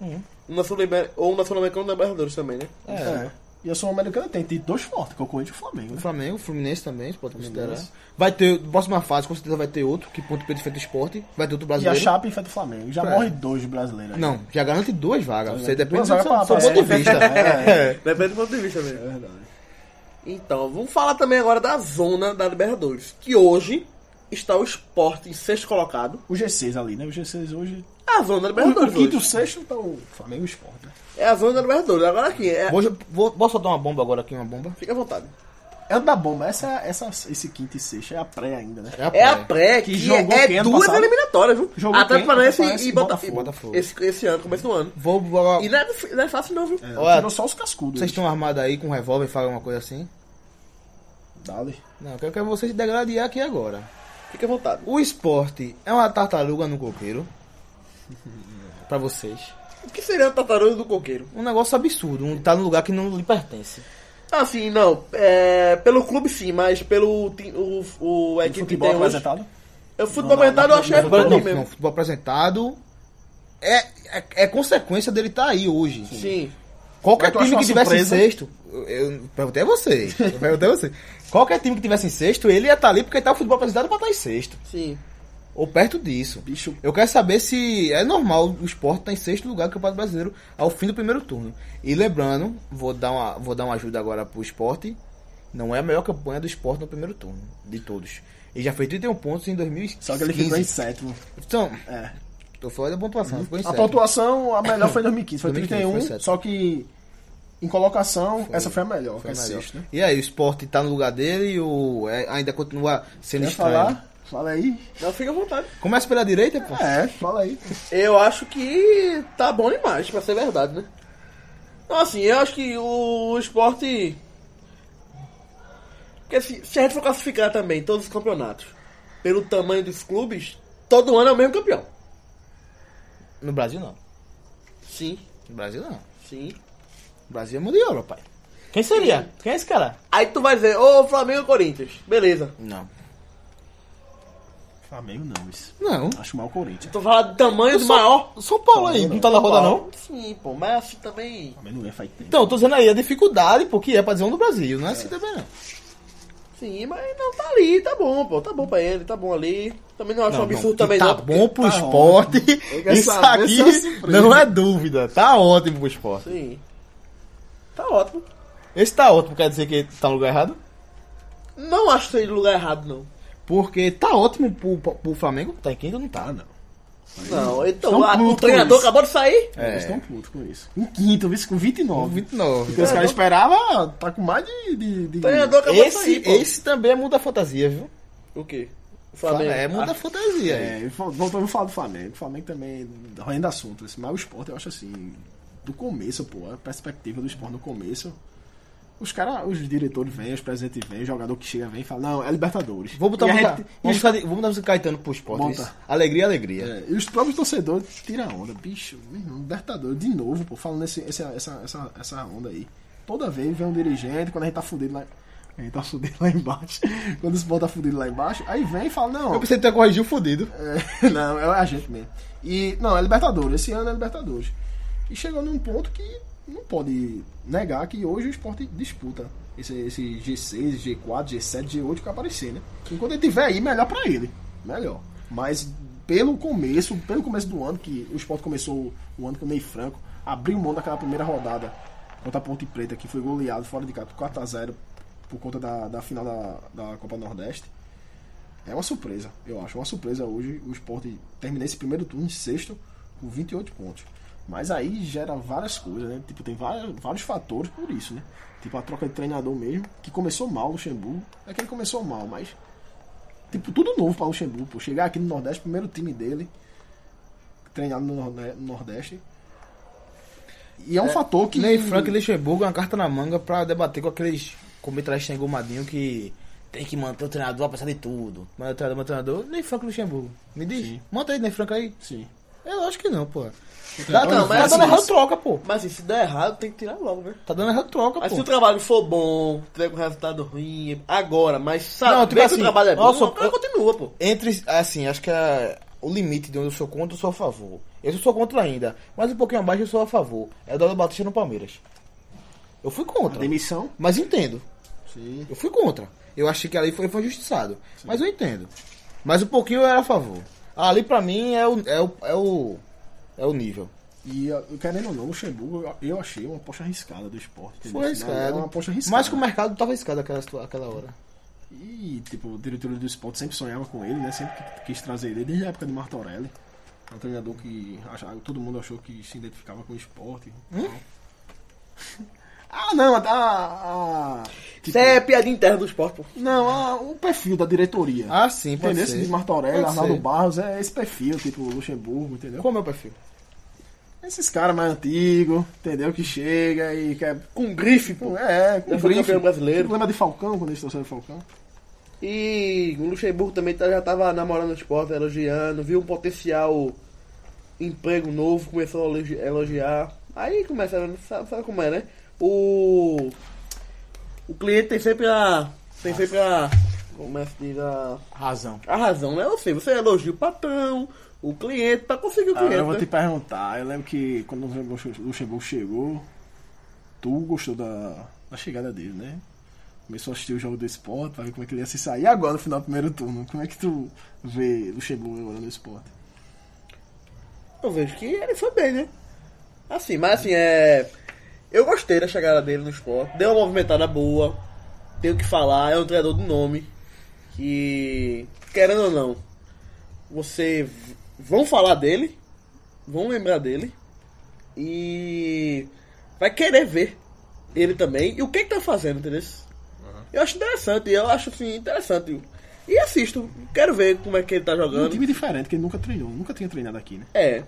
C: Uhum.
B: Um na Sul-Amer- ou um na Sul-Americana e um na Libertadores também, né?
C: É.
D: E a Sul-Americana tem, tem dois fortes, que é o Corinthians e o Flamengo.
C: O
D: né?
C: Flamengo, o Fluminense também, você pode considerar.
D: Fluminense.
C: Vai ter, próxima fase, com certeza vai ter outro, que ponto preto feito esporte. Vai ter outro
D: E a
C: brasileiro.
D: Chapa enfrenta o Flamengo. Já
C: É.
D: morre dois brasileiros. aí.
C: Não, já garante duas vagas. Você
D: Garante
C: depende do
D: duas
C: seu,
D: vagas pra-
C: seu
D: pra-
C: ponto de
D: é.
C: vista.
D: É.
C: É.
B: Depende do ponto de vista
D: É
B: mesmo.
D: verdade.
B: Então, vamos falar também agora da zona da Libertadores. Que hoje está o Sport em sexto colocado.
D: O G6 ali, né? O G6 hoje.
B: A zona da
D: O, o
B: Libertadores
D: quinto e o
B: hoje.
D: sexto tá o Flamengo e o Sport, né?
B: É a zona da Libertadores. Agora aqui, é...
C: Vou, vou, posso soltar uma bomba agora aqui, uma bomba?
B: Fica à vontade.
D: É o da bomba. Essa, essa, esse quinto e sexto é a pré ainda, né?
C: a
B: É a
C: praia.
B: pré, que,
D: Que jogou
B: é
D: quem ano
B: duas
D: passado?
B: eliminatórias, viu?
D: Jogou
B: Atlético
D: quem?
B: Paranaense
D: Atlético
B: e
D: e
B: Botafogo.
C: Botafogo.
B: Esse, esse ano, começo do ano.
C: Vou, vou-
B: E não é, não é fácil não, viu?
D: É,
C: Olha,
D: tirou só os cascudos.
C: Vocês estão armados aí com um revólver, fala uma coisa assim?
D: Dale.
C: Não, eu quero que vocês se degradiem aqui agora.
B: Fica à vontade.
C: O esporte é uma tartaruga no coqueiro. Pra vocês.
B: O que seria o tartaruga do coqueiro?
C: Um negócio absurdo. Um tá num lugar que não lhe pertence.
B: Assim, não. É, pelo clube sim, mas pelo ti- o, o, a
D: O
B: equipe que
D: futebol
B: tem hoje...
D: apresentado?
B: É o futebol
D: Não, não,
B: orientado, eu
D: não,
B: achei
D: não,
B: futebol
C: não,
B: mesmo.
C: não, futebol apresentado. É, é, é consequência dele estar aí hoje.
B: Sim.
C: Qualquer
D: Mas tu acha
C: time
D: uma
C: que tivesse
D: surpresa?
C: em sexto, eu, eu perguntei a vocês. Eu perguntei a vocês. Qualquer time que tivesse em sexto, ele ia estar ali porque tá o futebol apresentado pra estar em sexto.
B: Sim.
C: Ou perto disso.
D: Bicho,
C: Eu quero saber se é normal o esporte estar em sexto lugar do Campeonato Brasileiro ao fim do primeiro turno. E lembrando, vou dar uma, vou dar uma ajuda agora pro esporte. Não é a melhor campanha do esporte no primeiro turno, de todos. Ele já fez 31 pontos em 2015.
D: só que ele ficou em sétimo.
C: Então,
D: É.
C: tô falando da pontuação, ficou em
D: Uhum. A
C: sétimo.
D: pontuação, a melhor foi em 2015, foi
C: 2015,
D: 31,
C: foi sétimo.
D: só que em colocação,
C: Foi.
D: essa foi a melhor,
C: Foi
D: que é
C: melhor.
D: sexta. né?
C: E aí, o esporte tá no lugar dele e o, é, ainda continua sendo
D: Quer
C: estranho.
D: falar? Fala aí.
B: Não, fica à vontade.
C: Começa pela direita, pô.
D: É, fala aí.
B: Eu acho que tá bom demais, pra ser verdade, né? Então, assim, eu acho que o esporte. Porque assim, se, se a gente for classificar também todos os campeonatos pelo tamanho dos clubes, todo ano é o mesmo campeão.
C: No Brasil, não.
B: Sim,
C: No Brasil, não.
B: sim.
C: No Brasil é mundial, meu pai. Quem seria? Quem é esse cara?
B: Aí tu vai dizer, ô Flamengo e Corinthians, beleza.
C: Não.
D: Flamengo não, isso.
C: Não.
D: Acho mal o Corinthians.
B: Tu fala do tamanho do
C: São-
B: maior.
C: São Paulo aí, não tá na roda, não?
B: Sim, pô, mas assim também.
D: Flamengo não é faz tempo.
C: Então, tô dizendo aí a dificuldade, porque é pra dizer um do Brasil, não é assim também, não.
B: Sim, mas não tá ali, tá bom, pô. Tá bom pra ele, tá bom ali. Também não acho um absurdo
C: que
B: também,
C: tá
B: não. porque-
C: bom pro
D: tá
C: esporte.
D: quero
C: Isso
D: saber
C: aqui
D: se é uma surpresa.
C: não é dúvida. Tá ótimo pro esporte.
B: Sim. Tá ótimo.
C: Esse tá ótimo, quer dizer que tá no lugar errado?
B: Não acho que seja lugar errado, não.
C: Porque tá ótimo pro, pro Flamengo, tá em quinto, não tá.
D: Ah, não.
B: Não, então
D: São
B: a- o
D: putos
B: treinador
D: isso.
B: acabou de sair.
C: É.
D: Eles estão putos com isso. Em quinto, vice com 29.
C: 29.
D: Porque os caras esperavam, tá com mais de. de, de...
B: O treinador acabou de
C: Esse,
B: sair. Pô.
C: esse também é muda a fantasia, viu?
B: O quê? O Flamengo. Ah.
C: É muda a fantasia. aí.
D: É, vol- voltando a falar do Flamengo. O Flamengo também ainda assunto. Esse, mas o esporte, eu acho assim. Do começo, pô, a perspectiva do esporte no começo. Os caras, os diretores vêm, os presidentes vêm, o jogador que chega vem e fala, não, é Libertadores.
C: Vou botar um
D: e
C: música,
D: a gente- e
C: vamos,
D: os
C: buscar de- vamos botar música Caetano pro esporte.
D: Bota.
C: isso. Alegria, alegria.
D: É, e os próprios torcedores tiram a onda, bicho, meu irmão, Libertadores, de novo, pô, falando esse, esse- essa, essa, essa onda aí. Toda vez vem um dirigente, quando a gente tá fudido lá. A gente tá fudido lá embaixo. Quando esse povo tá fudido lá embaixo, aí vem e fala, não.
C: Eu pensei que tu ia corrigir o fudido.
D: É, não, é a gente mesmo. E, não, é Libertadores. Esse ano é Libertadores. E chegou num ponto que não pode negar que hoje o esporte disputa esse, esse G6, G4, G7, G8 que aparecer, né? Enquanto ele tiver aí, melhor pra ele. Melhor. Mas pelo começo, pelo começo do ano, que o esporte começou o ano com o Ney Franco, abriu mão daquela primeira rodada contra a Ponte Preta, que foi goleado fora de casa 4x0 por conta da, da final da, da Copa Nordeste. É uma surpresa, eu acho. Uma surpresa hoje o esporte terminar esse primeiro turno em sexto com 28 pontos. Mas aí gera várias coisas, né? Tipo, tem vários, vários fatores por isso, né? Tipo, a troca de treinador mesmo, que começou mal o Luxemburgo. É que ele começou mal, mas. Tipo, tudo novo para o Luxemburgo. Pô. Chegar aqui no Nordeste, primeiro time dele, treinado no Nordeste. No Nordeste. E é um fator que.
C: Ney Frank e Luxemburgo é uma carta na manga pra debater com aqueles comitrais sem engomadinho que tem que manter o treinador apesar de tudo. Manter o treinador, manter o treinador. Ney Franco e Luxemburgo. Me diz.
D: Sim.
C: Monta aí, Ney Franco aí.
D: Sim.
C: Eu acho que não, pô. Tá,
D: treinador
C: tá,
B: não
C: tá
B: faz
C: dando errado
D: isso.
C: troca, pô.
B: Mas assim, se der errado, tem que tirar logo, né?
C: Tá dando errado troca,
B: Mas se
C: pô.
B: o trabalho for bom, tiver com resultado ruim, agora, mas sabe
C: Não, tipo
B: que
C: assim,
B: o trabalho é bom,
C: nossa,
B: o cara
C: eu-
B: continua, pô.
C: Entre, assim, acho que é o limite de onde eu sou contra, eu sou a favor. Eu sou contra ainda, mas um pouquinho abaixo eu sou a favor. É o Dado Batista no Palmeiras. Eu fui
D: A
C: contra,
D: demissão.
C: mas entendo.
D: Sim.
C: Eu fui contra. Eu achei que ali foi, foi injustiçado. Mas eu entendo. Mas um pouquinho eu era a favor. Ali pra mim é o, é o, é o, é o nível.
D: E ó, querendo ou não, o Luxemburgo eu- eu achei uma aposta arriscada do esporte. entendeu?
C: Foi
D: É
C: arriscado.
D: uma aposta arriscada.
C: Mas que o mercado tava arriscado aquela, situa- aquela hora.
D: E, tipo, o diretor do esporte sempre sonhava com ele, né? Sempre que- quis trazer ele, desde a época de Martorelli. É um treinador que achava, todo mundo achou que se identificava com o esporte.
C: Hum?
D: então. ah, não, a. a, a- tipo,
B: Isso é piadinha interna do esporte, pô.
D: Não, a- o perfil da diretoria.
C: Ah, sim, pode
D: entendeu? Esse
C: ser.
D: de Martorelli,
C: Pode
D: Arnaldo
C: ser.
D: Barros, é esse perfil, tipo, Luxemburgo, entendeu?
C: Qual é o meu perfil?
D: Esses caras mais antigos, entendeu? Que chega e quer.
B: Com grife, pô.
D: Tipo, é, é, com
B: Já foi
D: grife.
B: campeão brasileiro.
D: Lembra de Falcão, quando eles trouxeram o Falcão?
B: E o Luxemburgo também tá- já tava namorando o esporte, elogiando, viu um potencial emprego novo, começou a elogi- elogiar. Aí começaram, sabe, sabe como é, né? O. O cliente tem sempre a. Tem sempre a. Como é que se diz a.
C: Razão.
B: A razão, né? Ou seja, você elogia o patrão, O cliente, pra conseguir o
D: Agora
B: cliente.
D: Ah, eu vou
B: né?
D: te perguntar, eu lembro que quando o Luxemburgo chegou, tu gostou da, da chegada dele, né? Começou a assistir o jogo do esporte pra ver como é que ele ia se sair. E agora, no final do primeiro turno, como é que tu vê Luxemburgo agora no esporte? Um
B: Eu vejo que ele foi bem, né? Assim, mas assim, é. Eu gostei da chegada dele no esporte. Deu uma movimentada boa. Tenho que falar, é um treinador do nome. Que. Querendo ou não, você. v- Vão falar dele. Vão lembrar dele. E. Vai querer ver ele também. E o que ele tá fazendo, entendeu? Eu acho interessante, eu acho assim, interessante. E assisto, quero ver como é que ele tá
D: Um
B: jogando.
D: time diferente, que ele nunca treinou, nunca tinha treinado aqui, né?
B: É,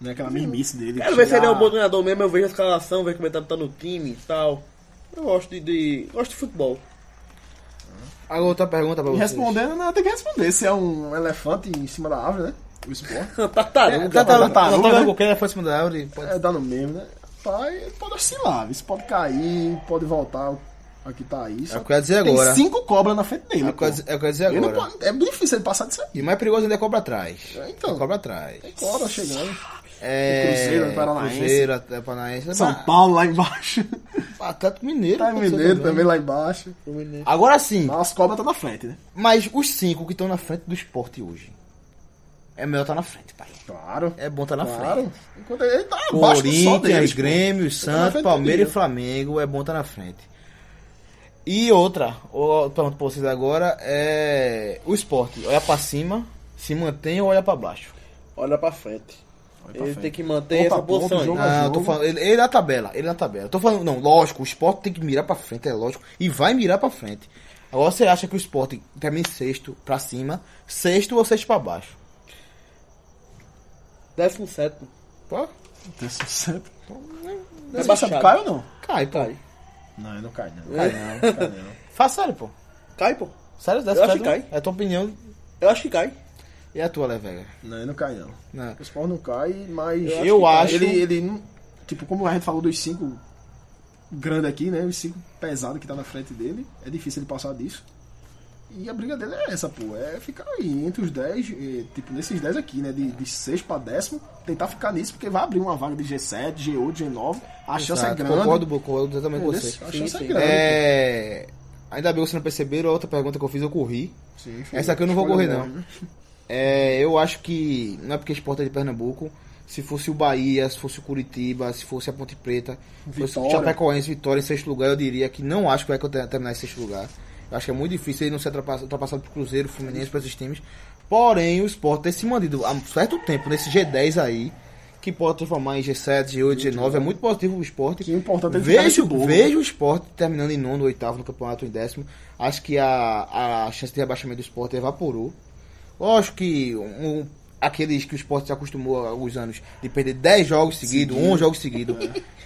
D: Não é aquela mimice dele. "Ah,
B: Quero ver se ele é um
D: chegar-
B: bom treinador mesmo, eu vejo a escalação, vejo como ele tá botando no time e tal. Eu gosto de, de- gosto de futebol.
C: Agora outra pergunta pra
D: E
C: vocês.
D: respondendo, não, tem que responder. Se é um elefante em cima da árvore, né? O esporte.
B: Tartaruga.
C: É, tartaruga,
D: Tartaruga,
C: tartaruga
D: né?
C: qualquer foi em cima da árvore. Pode...
D: É, dá no mesmo, né? Tá, ele pode oscilar, isso pode cair, pode voltar. Aqui tá isso.
C: É o que eu ia dizer agora.
D: Tem cinco cobras na frente dele.
C: É o que eu ia dizer- é o que eu ia dizer
D: Ele não
C: agora.
D: pode- é difícil ele passar disso aí.
C: E o mais perigoso ainda é cobra atrás.
D: É, então.
C: É cobra atrás.
D: Tem cobra chegando.
C: É.
D: Cruzeiro, né, Paranaense.
C: Cruzeiro, até Paranaense.
D: São
C: Ba-
D: Paulo lá embaixo.
C: Atlético Mineiro.
D: Tá em
C: pode ser
D: Mineiro também lá embaixo.
C: Agora sim,
D: Mas as cobras tá na frente, né?
C: mas os cinco que estão na frente do esporte hoje. É melhor estar tá na frente, pai.
D: Claro.
C: É bom estar tá na
D: claro.
C: frente.
D: Enquanto ele tá abaixo do sol
C: Corinthians,
D: deles, pô.
C: Grêmio,
D: na
C: Santos,
D: frente
C: Palmeiras
D: dele.
C: e Flamengo. É bom estar tá na frente. E outra, eu pergunto pra vocês agora, é o esporte. Olha pra cima, se mantém ou olha pra baixo?
B: Olha pra frente.
D: Olha pra
B: Ele
D: frente.
B: tem que manter
D: Opa,
B: essa posição
D: opa,
B: aí.
D: jogo.
C: Não, Ah, eu
D: jogo.
C: tô falando, ele, ele na tabela, ele na tabela. Eu Tô falando, não, lógico, o esporte tem que mirar pra frente, é lógico, e vai mirar pra frente. Agora você acha que o esporte termina em sexto pra cima, sexto ou sexto pra baixo?
B: Décimo sétimo.
C: Pô,
D: Tem sucesso.
B: É
D: Mas sabe, cai ou não?
C: cai, pô. Cai.
D: Não, ele não cai não.
C: Cai não.
D: Cai não.
C: Faz sério, pô.
B: Cai, pô.
C: Sério,
B: Eu
C: dessa
B: acho
C: sério,
B: que
C: É a tua opinião
B: Eu acho que cai.
C: e a tua, né, Levega.
D: Não, ele não cai não.
C: Né?
D: O Sport não cai, mas.
C: Eu acho que
D: acho.
C: cai.
D: Ele, ele não- Tipo, como a gente falou dos cinco grandes aqui, né? Os cinco pesados que tá na frente dele. É difícil ele passar disso. E a briga dele é essa, pô. É ficar aí entre os 10, eh, tipo, nesses 10 aqui, né? De, de 6 pra décimo. Tentar ficar nisso, porque vai abrir uma vaga de G7, G8, G9. A chance é
C: Exato,
D: grande.
C: Concordo, concordo totalmente com você.
D: Entendeu? A chance
B: Sim,
D: é
B: sim.
D: grande.
C: É... Ainda bem que vocês não perceberam, a outra pergunta que eu fiz eu corri.
D: Sim, foi-
C: Essa aqui eu não vou
D: escolha
C: correr,
D: boa,
C: não.
D: né?
C: É, eu acho que não é porque esporte é de Pernambuco. Se fosse o Bahia, se fosse o Curitiba, se fosse a Ponte Preta, se fosse o
D: Vitória.
C: Chapecoense, Vitória em sexto lugar, eu diria que não acho que vai ter- terminar em sexto lugar. Eu acho que é muito difícil ele não ser ultrapassa- ultrapassado por Cruzeiro, Fluminense, por esses times. Porém, o esporte tem se mantido há um certo tempo nesse G10 aí, que pode transformar em G7, G8, G9. É muito positivo o esporte.
D: Que é importante ele ficar nesse
C: vejo,
D: bolo.
C: vejo o esporte terminando em nono, oitavo no campeonato, em décimo. Acho que a, a chance de rebaixamento do esporte evaporou. Lógico que um- um- aqueles que o esporte se acostumou há alguns anos de perder 10 jogos seguidos, 11 jogos seguidos,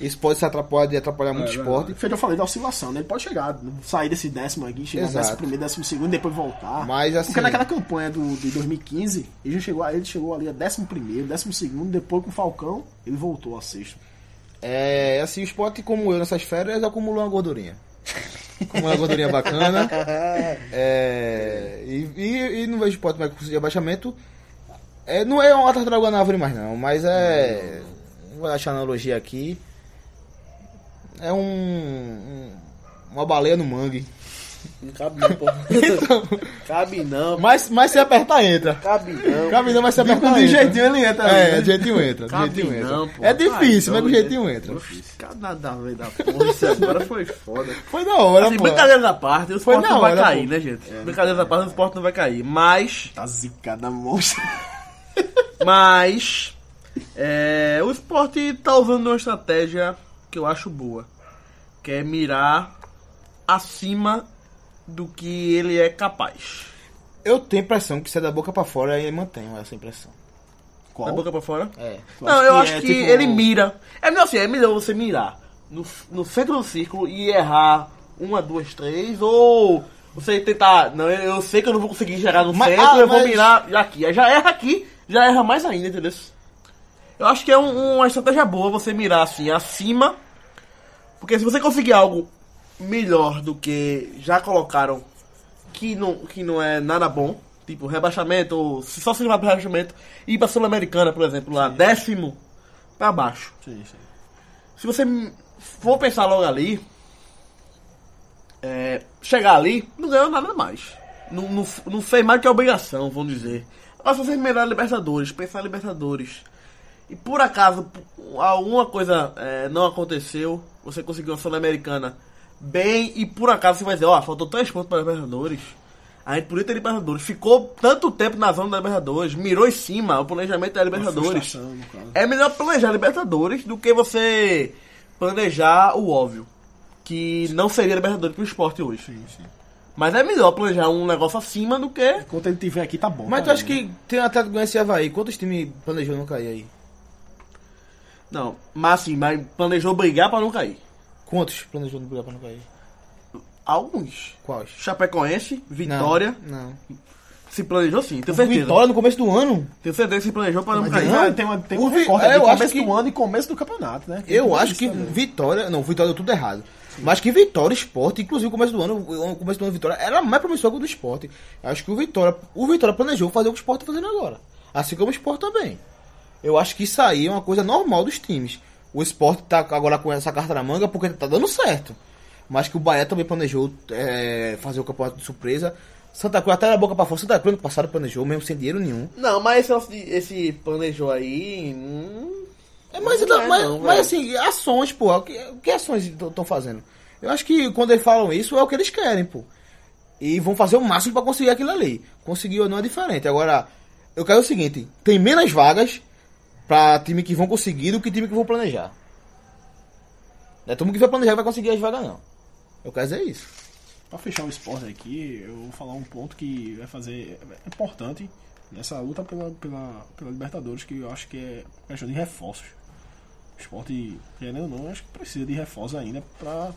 C: isso pode se atrapalhar, atrapalhar muito o esporte.
D: Feito, eu falei da oscilação, né? Ele pode chegar, sair desse décimo aqui, chegar
C: Exato.
D: décimo primeiro, décimo segundo, depois voltar.
C: Mas, assim-
D: Porque naquela campanha do, de 2015, ele já chegou, ele chegou ali a décimo primeiro, décimo segundo, depois com o Falcão, ele voltou a sexto.
C: É, assim, o esporte, como eu, nessas férias, acumulou uma gordurinha. Acumulou uma gordurinha bacana. É, e, e, e não vejo esporte mais com de abaixamento. É, não é uma tartaruga na árvore mais, não, mas é. Vou achar analogia aqui. É um. um- uma baleia no mangue.
B: Não cabe não, pô. Então. cabe não.
C: Mas, mas se apertar, entra.
B: Cabe não.
C: Caminho, mas se apertar, entra.
D: ele entra.
C: É, do jeitinho entra. Do
B: Cabe
C: jeitinho entra.
B: tá não, pô. Ah, é
C: é difícil,
B: Ai,
C: mas do
B: não,
C: jeitinho entra.
B: Cada da vez da porra, isso agora foi foda.
C: Foi da hora,
B: Assim,
C: pô.
B: brincadeira da parte, o esporte
C: na
B: não vai
C: hora,
B: cair,
C: pô.
B: né, gente? brincadeira da parte, o esporte não vai cair. Mas,
D: Tá zicada monstro.
B: mas, é, o esporte tá usando uma estratégia que eu acho boa. Que é mirar acima do que ele é capaz.
C: Eu tenho a impressão que se é da boca pra fora, aí eu mantenho essa impressão.
B: Da
D: Qual?
B: boca pra fora?
C: É.
B: Não, eu acho
D: é,
B: que
D: tipo,
B: ele mira. É melhor assim, é melhor você mirar no, no centro do círculo e errar uma, duas, três, ou você tentar. Não, eu eu sei que eu não vou conseguir chegar no
C: Mas-
B: centro,
C: ah,
B: eu vou
C: mas-
B: mirar aqui. Aí Já erra aqui, já erra mais ainda, entendeu? Eu acho que é um- uma estratégia boa você mirar assim, acima. Porque se você conseguir algo melhor do que já colocaram, que não, que não é nada bom, tipo, rebaixamento, ou se só se vai pro rebaixamento, ir pra Sul-Americana, por exemplo, lá, décimo pra baixo.
D: Sim, sim.
B: Se você for pensar logo ali, é, chegar ali, não ganhou nada mais. Não, não, não fez mais que obrigação, vamos dizer. Agora, se você melhorar a Libertadores, pensar em Libertadores, e por acaso p- alguma coisa é, não aconteceu, você conseguiu a Sul-Americana bem, e por acaso você vai dizer, ó, faltou três pontos para a Libertadores. A gente podia ter Libertadores. Ficou tanto tempo na zona da Libertadores, mirou em cima, o planejamento da Libertadores.
D: frustração, no caso.
B: É melhor planejar Libertadores do que você planejar o óbvio. Que não seria Libertadores pro esporte hoje.
D: Sim, sim.
B: Mas é melhor planejar um negócio acima do que.
D: Enquanto ele tiver aqui, tá bom.
C: Mas
D: tá
C: tu acha
D: bom, né?
C: que tem um Atlético Goianiense e Havaí? Quantos times planejou não cair aí?
B: Não, mas assim, mas planejou brigar pra não cair.
C: Quantos planejou não brigar pra não cair?
B: Alguns.
C: Quais?
B: Chapecoense,
C: Não,
B: Vitória,
C: Não.
B: se planejou sim, tenho certeza.
C: Vitória no começo do ano?
B: Tenho certeza que se planejou pra não
D: Mas
B: cair.
D: tem, uma- tem, uma, tem um
C: O Vi-
D: recorde
C: é,
D: aqui,
C: eu acho
D: começo
C: que-
D: do ano e começo do campeonato, né? Tem
C: Eu
D: tudo
C: acho
D: isso
C: que
D: também.
C: Vitória. Não, Vitória deu tudo errado. Mas que Vitória, esporte, inclusive o começo do ano, o começo do ano do Vitória era mais promissor que o do esporte. Acho que o Vitória, o Vitória planejou fazer o que o esporte tá fazendo agora. Assim como o esporte também. Eu acho que isso aí é uma coisa normal dos times. O esporte tá agora com essa carta na manga porque tá dando certo. Mas que o Bahia também planejou é, fazer o campeonato de surpresa. Santa Cruz até era boca pra fora. Santa Cruz no passado planejou, mesmo sem dinheiro nenhum.
B: Não, mas esse, lance de- esse planejou aí. hum,
C: É, mas,
B: Não é
C: mas,
B: não,
C: mas
B: velho.
C: assim, ações, pô. O que, o que ações estão fazendo? Eu acho que quando eles falam isso, é o que eles querem, pô. E vão fazer o máximo pra conseguir aquilo ali. Conseguir ou não é diferente. Agora, eu quero o seguinte: tem menos vagas pra time que vão conseguir do que time que vão planejar. Não é todo mundo que vai planejar que vai conseguir as vagas, não. Eu quero dizer isso.
D: Pra fechar o esporte aqui, eu vou falar um ponto que vai fazer. É importante nessa luta pela, pela, pela Libertadores, que eu acho que é questão de reforços. O esporte, querendo ou não, eu acho que precisa de reforços ainda pra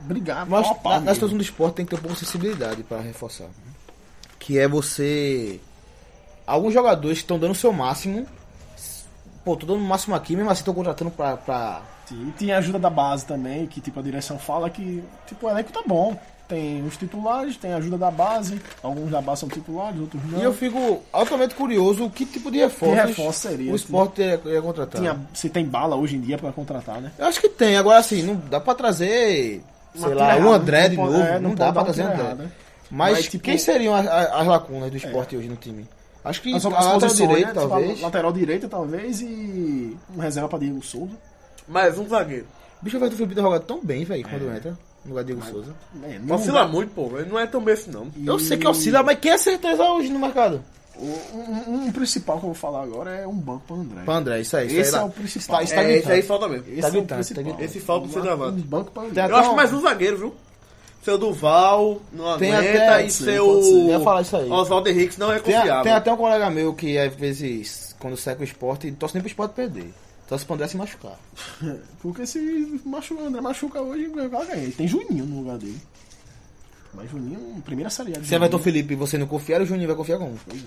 D: brigar.
C: Mas
D: pau a pau
C: na, na
D: mesmo.
C: situação do esporte tem que ter um pouco de sensibilidade para reforçar. né? Que é você. Alguns jogadores que estão dando o seu máximo. Pô, tô dando o máximo aqui, mesmo assim tô contratando pra. pra...
D: Sim, e tem a ajuda da base também, que tipo a direção fala que tipo, o elenco tá bom. Tem os titulares, tem a ajuda da base, alguns da base são titulares, outros não.
C: E eu fico altamente curioso que tipo de reforço,
D: reforço seria,
C: o
D: assim?
C: esporte ia, ia contratar.
D: Tinha- se tem bala hoje em dia pra contratar, né?
C: Eu acho que tem, agora assim, não dá pra trazer.
D: Uma
C: sei lá,
D: tira
C: um
D: errada,
C: André
D: não
C: de
D: pode-
C: novo.
D: é,
C: não,
D: não
C: dá pra
D: pode dar um
C: trazer
D: tira
C: André.
D: errada.
C: Mas,
D: Mas, tipo, é.
C: quem seriam a- a- as lacunas do esporte hoje no time? Acho que
D: As
C: a
D: opções
C: lateral
D: posições, né?
C: direita,
D: Tipo,
C: talvez.
D: a Lateral direita, talvez, e um reserva pra Diego Souza.
B: Mais um zagueiro.
C: Bicho, o Everton Felipe tem jogado tão bem, velho, quando entra. No lugar de Diego Souza.
D: É, no
B: Oscila
D: lugar-
B: muito, pô. Ele não é tão bem assim, não.
C: Eu sei que oscila, mas quem é certeza hoje no mercado?
D: o- um, um principal que eu vou falar agora é um banco pra André.
C: Pra André, isso aí. Isso
D: Esse
C: aí
D: é
C: lá. Tá,
D: o
C: Está-
D: principal.
C: está-
B: É, esse
C: gritando.
B: aí falta mesmo.
C: tá
D: Esse é o
C: gritando, tá
D: principal.
C: gritando.
B: Esse falta pra ser gravado.
D: Um banco pra
C: Tem
D: André.
B: Eu acho que mais um zagueiro, viu? Seu Duval não
C: Então, Tem
B: aguenta
C: até-
B: e
C: sim,
B: seu
C: pode ser. Eu ia falar isso aí.
B: Oswaldo Henrique não é
C: Tem, a-
B: confiável.
C: tem até um colega meu que às vezes, quando sai com o esporte, torce nem pro esporte perder. Torce pro André se machucar.
D: Porque se machuca, André machuca hoje, vai ganhar. Ele tem Juninho no lugar dele. Mas Juninho, primeira série A de
C: Se
D: Juninho.
C: Everton Felipe você não confiar, o Juninho vai confiar como?
D: Pois é.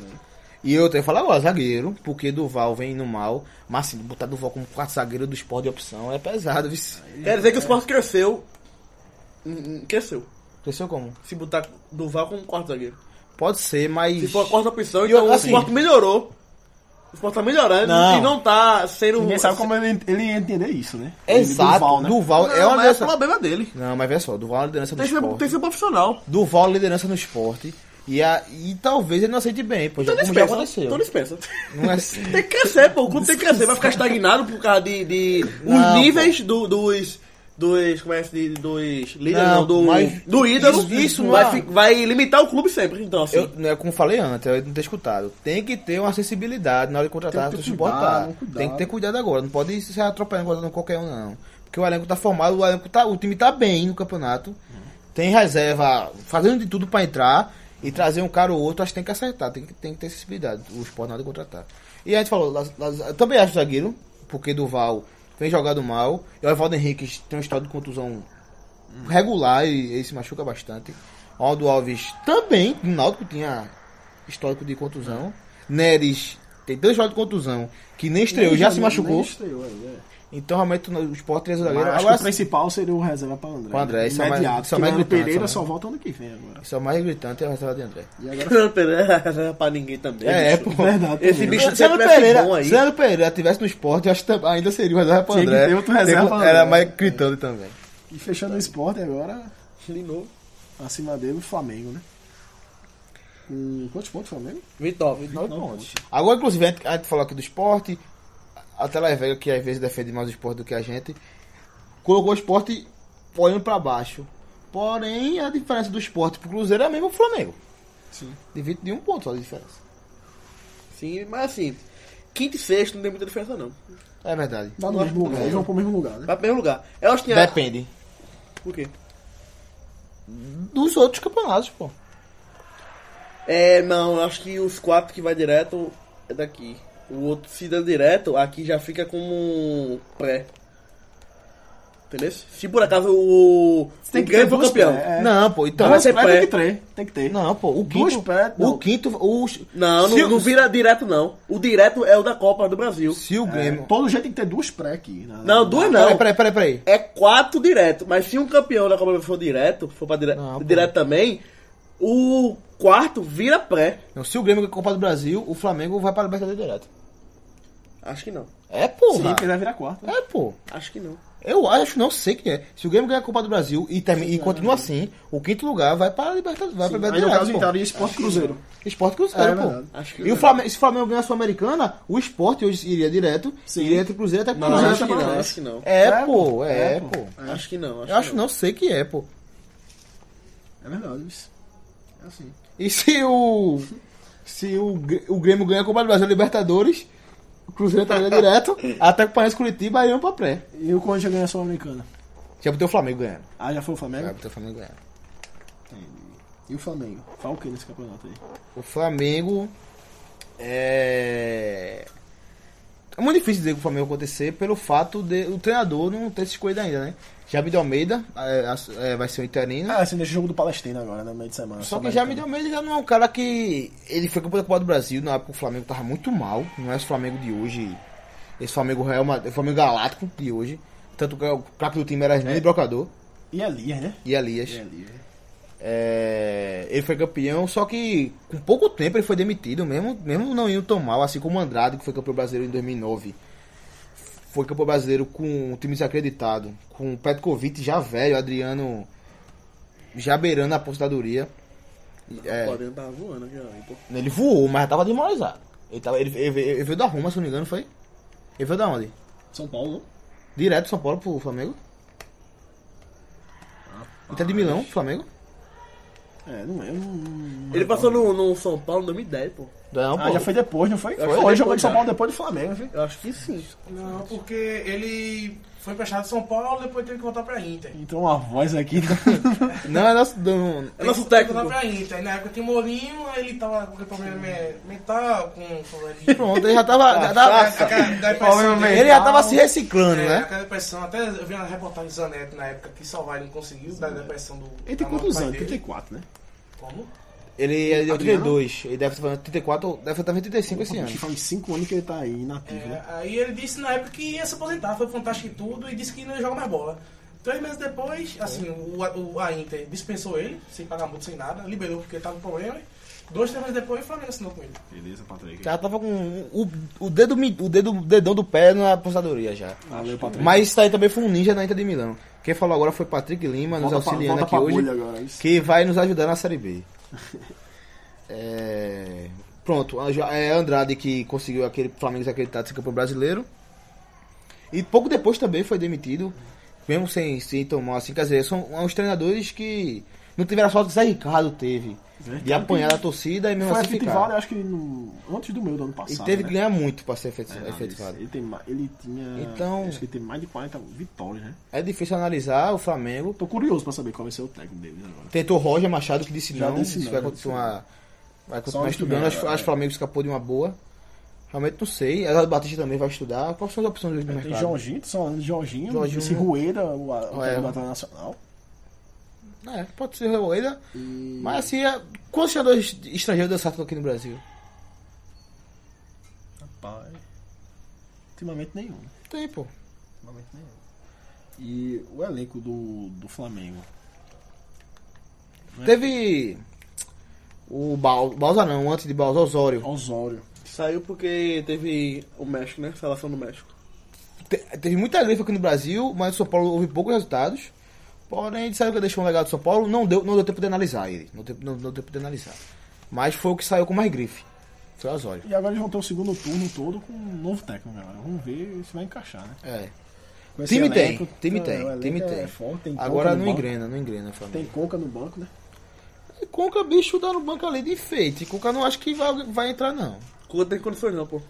C: E eu tenho que falar agora, zagueiro, porque Duval vem no mal. Mas assim, botar Duval como quarto zagueiro do esporte de opção é pesado, viu?
B: Quer dizer que o Sport cresceu. Hum, hum, Cresceu.
C: Cresceu como?
B: Se botar Duval como quarto zagueiro.
C: Pode ser, mas.
B: Se for a quarta opção,
C: E
B: então
C: assim-
B: o Sport melhorou. O Sport tá melhorando
C: Não.
B: e não tá sendo.
D: Ninguém sabe como ele, ele ia entender isso, né?
C: Exato. Duval,
D: Duval, né?
B: Não,
C: é uma
B: mas
C: liderança.
B: é problema dele.
C: Não, mas vê só, Duval é uma liderança do
B: Tem que, ser,
C: esporte.
B: tem que ser profissional.
C: Duval liderança no esporte. E, a, e talvez ele não aceite bem, pois
B: Então
C: já, como já
B: dispensa.
C: aconteceu.
B: Então dispensa.
C: Não é assim.
B: Tem que crescer, pô. O clube tem que crescer. Vai ficar estagnado por causa de. de
C: Não,
B: os níveis do- dos. Dos. Como é que se diz? Dos líderes,
C: Não,
B: não, do.
C: mas
B: do ídolo.
C: isso- isso não
B: vai,
C: é-
B: fi- vai limitar o clube sempre. Então, assim.
C: Eu, não é como eu falei antes, eu não ter escutado. Tem que ter uma sensibilidade na hora de contratar,
D: Tem que ter
C: de suportar.
D: cuidado, cuidado.
C: Tem que ter cuidado agora, não pode se atropelando contratando qualquer um, não. Porque o elenco tá formado, o, elenco tá, o time tá bem no campeonato. Tem reserva, fazendo de tudo pra entrar e trazer um cara ou outro, acho que tem que acertar, tem que, tem que ter sensibilidade, o esporte na hora de contratar. E a gente falou, Laz- Laz- eu também acho zagueiro, porque Duval vem jogado mal, e o Evaldo Henrique tem um estado de contusão regular e ele se machuca bastante. Aldo Alves também, do Náutico tinha histórico de contusão. Neres tem dois jogos de contusão que nem estreou, já se
D: Nem-
C: machucou.
D: nem estreou ainda, um é.
C: Então, realmente, no- os portos três
D: Mas
C: zagueiros.
D: acho
C: Agora,
D: que o principal seria o reserva para André.
C: Pra André, isso é mais-
D: Imediato.
C: isso é mais
D: Tirando o
C: gritante,
D: Pereira
C: isso é
D: só volta ano que vem agora.
C: isso é o mais gritante é a reserva de André.
D: E agora
B: Fernando Pereira é pra ninguém também.
C: É, é,
B: bicho.
C: pô.
D: Verdade.
B: Esse
D: também.
B: bicho
C: Se Ana
B: sempre é
C: Pereira,
B: bom aí.
C: se Ana Pereira tivesse no esporte, eu acho que ainda seria o reserva pra
D: Tinha que
C: André. um-
D: ter outro reserva pra
C: Era
D: André.
C: mais gritante também.
D: E fechando o esporte agora,
B: De novo.
D: acima dele, o Flamengo, né? Com quantos pontos o Flamengo?
B: 29, 29.
D: Nove pontos.
C: Agora, inclusive, a gente, a gente falou aqui do esporte. A Tela Vega, que às vezes defende mais o esporte do que a gente, colocou o esporte olhando pra baixo. Porém, a diferença do esporte pro Cruzeiro é a mesma pro Flamengo.
D: Sim.
C: De 21 pontos só a diferença.
B: Sim, mas assim, quinto e sexto não tem muita diferença, não.
C: É verdade.
D: Dá Tá no
B: Nós
D: mesmo lugar.
B: também.
D: Eles vão pro mesmo lugar, né?
B: Vai pro mesmo lugar. Eu acho que tinha.
C: Depende
B: Por quê?
C: dos outros campeonatos, pô.
B: É, não, eu acho que os quatro que vai direto é daqui. O outro, se der direto, aqui já fica como um pré. Entendeu? Se por acaso o. o Grêmio for
D: duas
B: campeão.
D: pré, é.
C: Não, pô, então.
D: Duas
B: ser
D: pré
B: pré.
D: tem que ter. Tem que ter.
C: Não, é pô, o
D: Duas
C: quinto.
D: pré-
C: o
D: não.
C: quinto. O,
B: Não,
C: se,
B: não, não vira direto, não. O direto é o da Copa do Brasil.
C: Se o
D: É,
C: Grêmio.
D: todo jeito tem que ter duas pré aqui. né?
B: Não, duas não.
C: Peraí, peraí, peraí, peraí.
B: É quatro direto. Mas se um campeão da Copa do Brasil for direto, for pra dire...
C: Não, pô.
B: direto também, o quarto vira pré.
C: Não, se o Grêmio ganhar a Copa do Brasil, o Flamengo vai pra Libertadores direto.
B: Acho que não.
C: É,
D: Sim,
C: porra.
D: porque vai virar quarta.
C: é, pô.
B: Acho que não.
C: Eu acho, não sei quem é. Se o Grêmio ganhar a Copa do Brasil e, termi- e continua assim, o quinto lugar vai pra Libertadores. Vai pra
D: Aí no
C: Libertadores.
D: caso,
C: Pô.
D: Itália e Esporte Cruzeiro.
C: Esporte
D: É,
C: Cruzeiro,
D: verdade.
C: pô.
B: Acho que
C: E o Flamengo, se o Flamengo ganhar a Sul-Americana, o esporte hoje iria direto,
D: Sim.
C: iria entre Cruzeiro até
B: Não,
D: Não,
B: acho
D: tá
B: que
D: bom,
B: não,
D: né?
B: acho que não.
C: É, pô, é, pô.
B: Acho que não.
C: Eu acho, não sei quem é, pô.
D: É verdade, isso. É assim.
C: E se o. Se o, Gr- o Grêmio ganha a Copa do Brasil Libertadores, o Cruzeiro tá ganhando direto, até que o Paranaense Curitiba iriam pra pré.
D: E o Corinthians ganha a Sul-Americana.
C: Já botei o Flamengo ganhando.
D: Ah, já foi o Flamengo?
C: Já botei o Flamengo ganhando.
D: E o Flamengo? Fala o que nesse campeonato aí?
C: O Flamengo. É. É muito difícil dizer que o Flamengo vai acontecer pelo fato de o treinador não ter se escolhido ainda, né? Jaime de Almeida é, ass- é, vai ser o interino.
D: Ah, assim, nesse jogo do Palestina agora, né? Meio de semana.
C: Só que Jaime de Almeida já não é um cara que. Ele foi campeão da Copa do Brasil, na época o Flamengo tava muito mal. Não é esse Flamengo de hoje. Esse Flamengo Real, Madrid- o Flamengo Galáctico de hoje. Tanto que o craque do time era Hernani Brocador
D: E Elias, né?
C: e Elias.
D: E Elias.
C: É, ele foi campeão, só que com pouco tempo ele foi demitido, mesmo, mesmo não indo tão mal, assim como o Andrade, que foi campeão brasileiro em 2009. Foi campeão brasileiro com um time desacreditado, com o Petkovic já velho, Adriano já beirando a aposentadoria. É.
B: O Flamengo tava voando aqui, ó. Pô.
C: Ele voou, mas tava desmoralizado. Ele, tava, ele, ele- ele veio da Roma, se não me engano, foi? Ele veio da onde?
D: São Paulo, não?
C: Direto de São Paulo pro Flamengo? Até de Milão, Flamengo?
D: É, não é. Não...
B: Ele passou no, no São Paulo em 2010, pô.
C: Não,
D: Ah, já foi depois, não foi? Foi,
B: que
D: Ele
B: foi
D: jogou
B: depois,
D: de São
B: já.
D: Paulo depois do Flamengo, viu?
B: Eu acho que sim.
E: Não, porque ele foi prestado em São Paulo, depois teve que voltar pra Inter.
D: Então a voz aqui. né?
C: Não, é nosso. não-
B: É nosso
E: Teve que
B: técnico.
E: voltar pra Inter. Aí Na época tinha o Mourinho, aí ele tava com aquele problema me- mental, com problema de...
C: Pronto, ele já tava. já tava-
E: A cara da
D: Problema
E: depressão dele.
C: ele já tava se
D: um
C: reciclando,
E: É, a
C: né?
E: cara da depressão. Até eu vi uma reportagem do Zanetti na época que salvar ele não conseguiu, da depressão do...
D: Ele tem
E: da
D: quantos
E: morte
D: anos?
E: dele.
D: 34, né?
E: Como?
C: Ele é de 82, ele deve estar fazendo 34, deve estar fazendo 35 esse
D: Acho
C: ano.
D: que faz uns 5 anos que ele tá aí inativo, né?
E: É, aí ele disse na época que ia se aposentar, foi pro fantástico e tudo, e disse que não ia jogar mais bola. Três meses depois,
D: É.
E: assim, o, o- a Inter dispensou ele, sem pagar multa, sem nada, liberou porque tava com problema. Dois, três meses depois, o Flamengo assinou com ele.
D: Beleza, Patrick.
C: Já tava com o, o, dedo, mi- o dedo, o dedão do pé na aposentadoria já.
D: Valeu, Patrick.
C: Mas isso aí também foi um ninja na Inter de Milão. Quem falou agora foi Patrick Lima, nos
D: Volta pra-
C: auxiliando
D: volta
C: aqui
D: pra
C: hoje,
D: bolha agora, é isso.
C: que vai nos ajudar na Série B. É, Pronto, a- já- é Andrade que conseguiu aquele Flamengo desacreditado de ser campeão brasileiro. E pouco depois também foi demitido, mesmo sem, sem tomar assim. Quer dizer, são uns treinadores que não tiveram a sorte que Zé Ricardo teve. De
D: Verdade.
C: apanhar a torcida e mesmo
D: Foi
C: assim
D: efetivado, eu
C: ficar.
D: acho que no... antes do meu do ano
C: E
D: passado.
C: teve que
D: né?
C: ganhar muito pra ser efeti-
D: É,
C: efetivado.
D: Ele, tem, ma- ele tinha.
C: Então-
D: Acho que ele tem mais de 40 vitórias, né?
C: É difícil analisar o Flamengo.
D: Tô curioso pra saber qual vai ser o técnico deles agora.
C: Tentou Roger Machado que disse
D: Já
C: não,
D: disse
C: disse
D: não,
C: vai
D: já
C: continuar, vai
D: Só
C: continuar
D: um
C: estudando.
D: estudante,
C: Acho, acho
D: é.
C: que o Flamengo escapou de uma boa. Realmente não sei. A Batista também vai estudar. Quais são as opções hoje no
D: É, Tem
C: mercado?
D: Jorginho, tô falando de Jorginho,
C: Jorginho.
D: esse Rueda, o, o técnico do
C: É.
D: Atlético Nacional.
C: É, pode ser Rueda. Mas assim, é... quantos jogadores estrangeiros deu certo aqui no Brasil?
D: Rapaz. Ultimamente nenhum.
C: Tem, pô.
D: Momento nenhum. E o elenco do, do Flamengo. Né?
C: Teve o Bal... Balsa não, antes de Balsa, Osório.
D: Osório.
B: Saiu porque teve o México, né? Seleção do México.
C: Te- teve muita grife aqui no Brasil, mas o São Paulo houve poucos resultados. Porém, disseram que deixou um legado do São Paulo, não deu, não deu tempo de analisar ele. Não deu, não deu tempo de analisar. Mas foi o que saiu com mais grife. Foi o Osório.
D: E agora eles vão ter o segundo turno todo com um novo técnico agora. Vamos ver se vai encaixar, né?
C: É.
D: Com esse
C: Time tem,
D: elenco,
C: time
D: tá, o
C: tem,
D: elenco
C: time
D: é
C: tem.
D: forte, tem
C: Agora
D: Conca
C: não
D: no banco.
C: engrena, não engrena, Flamengo.
D: Tem Conca no banco, né?
C: E Conca, bicho, dá no banco ali de feito. E Conca não acho que vai, vai entrar, não.
B: Cuca tem condições não, pô.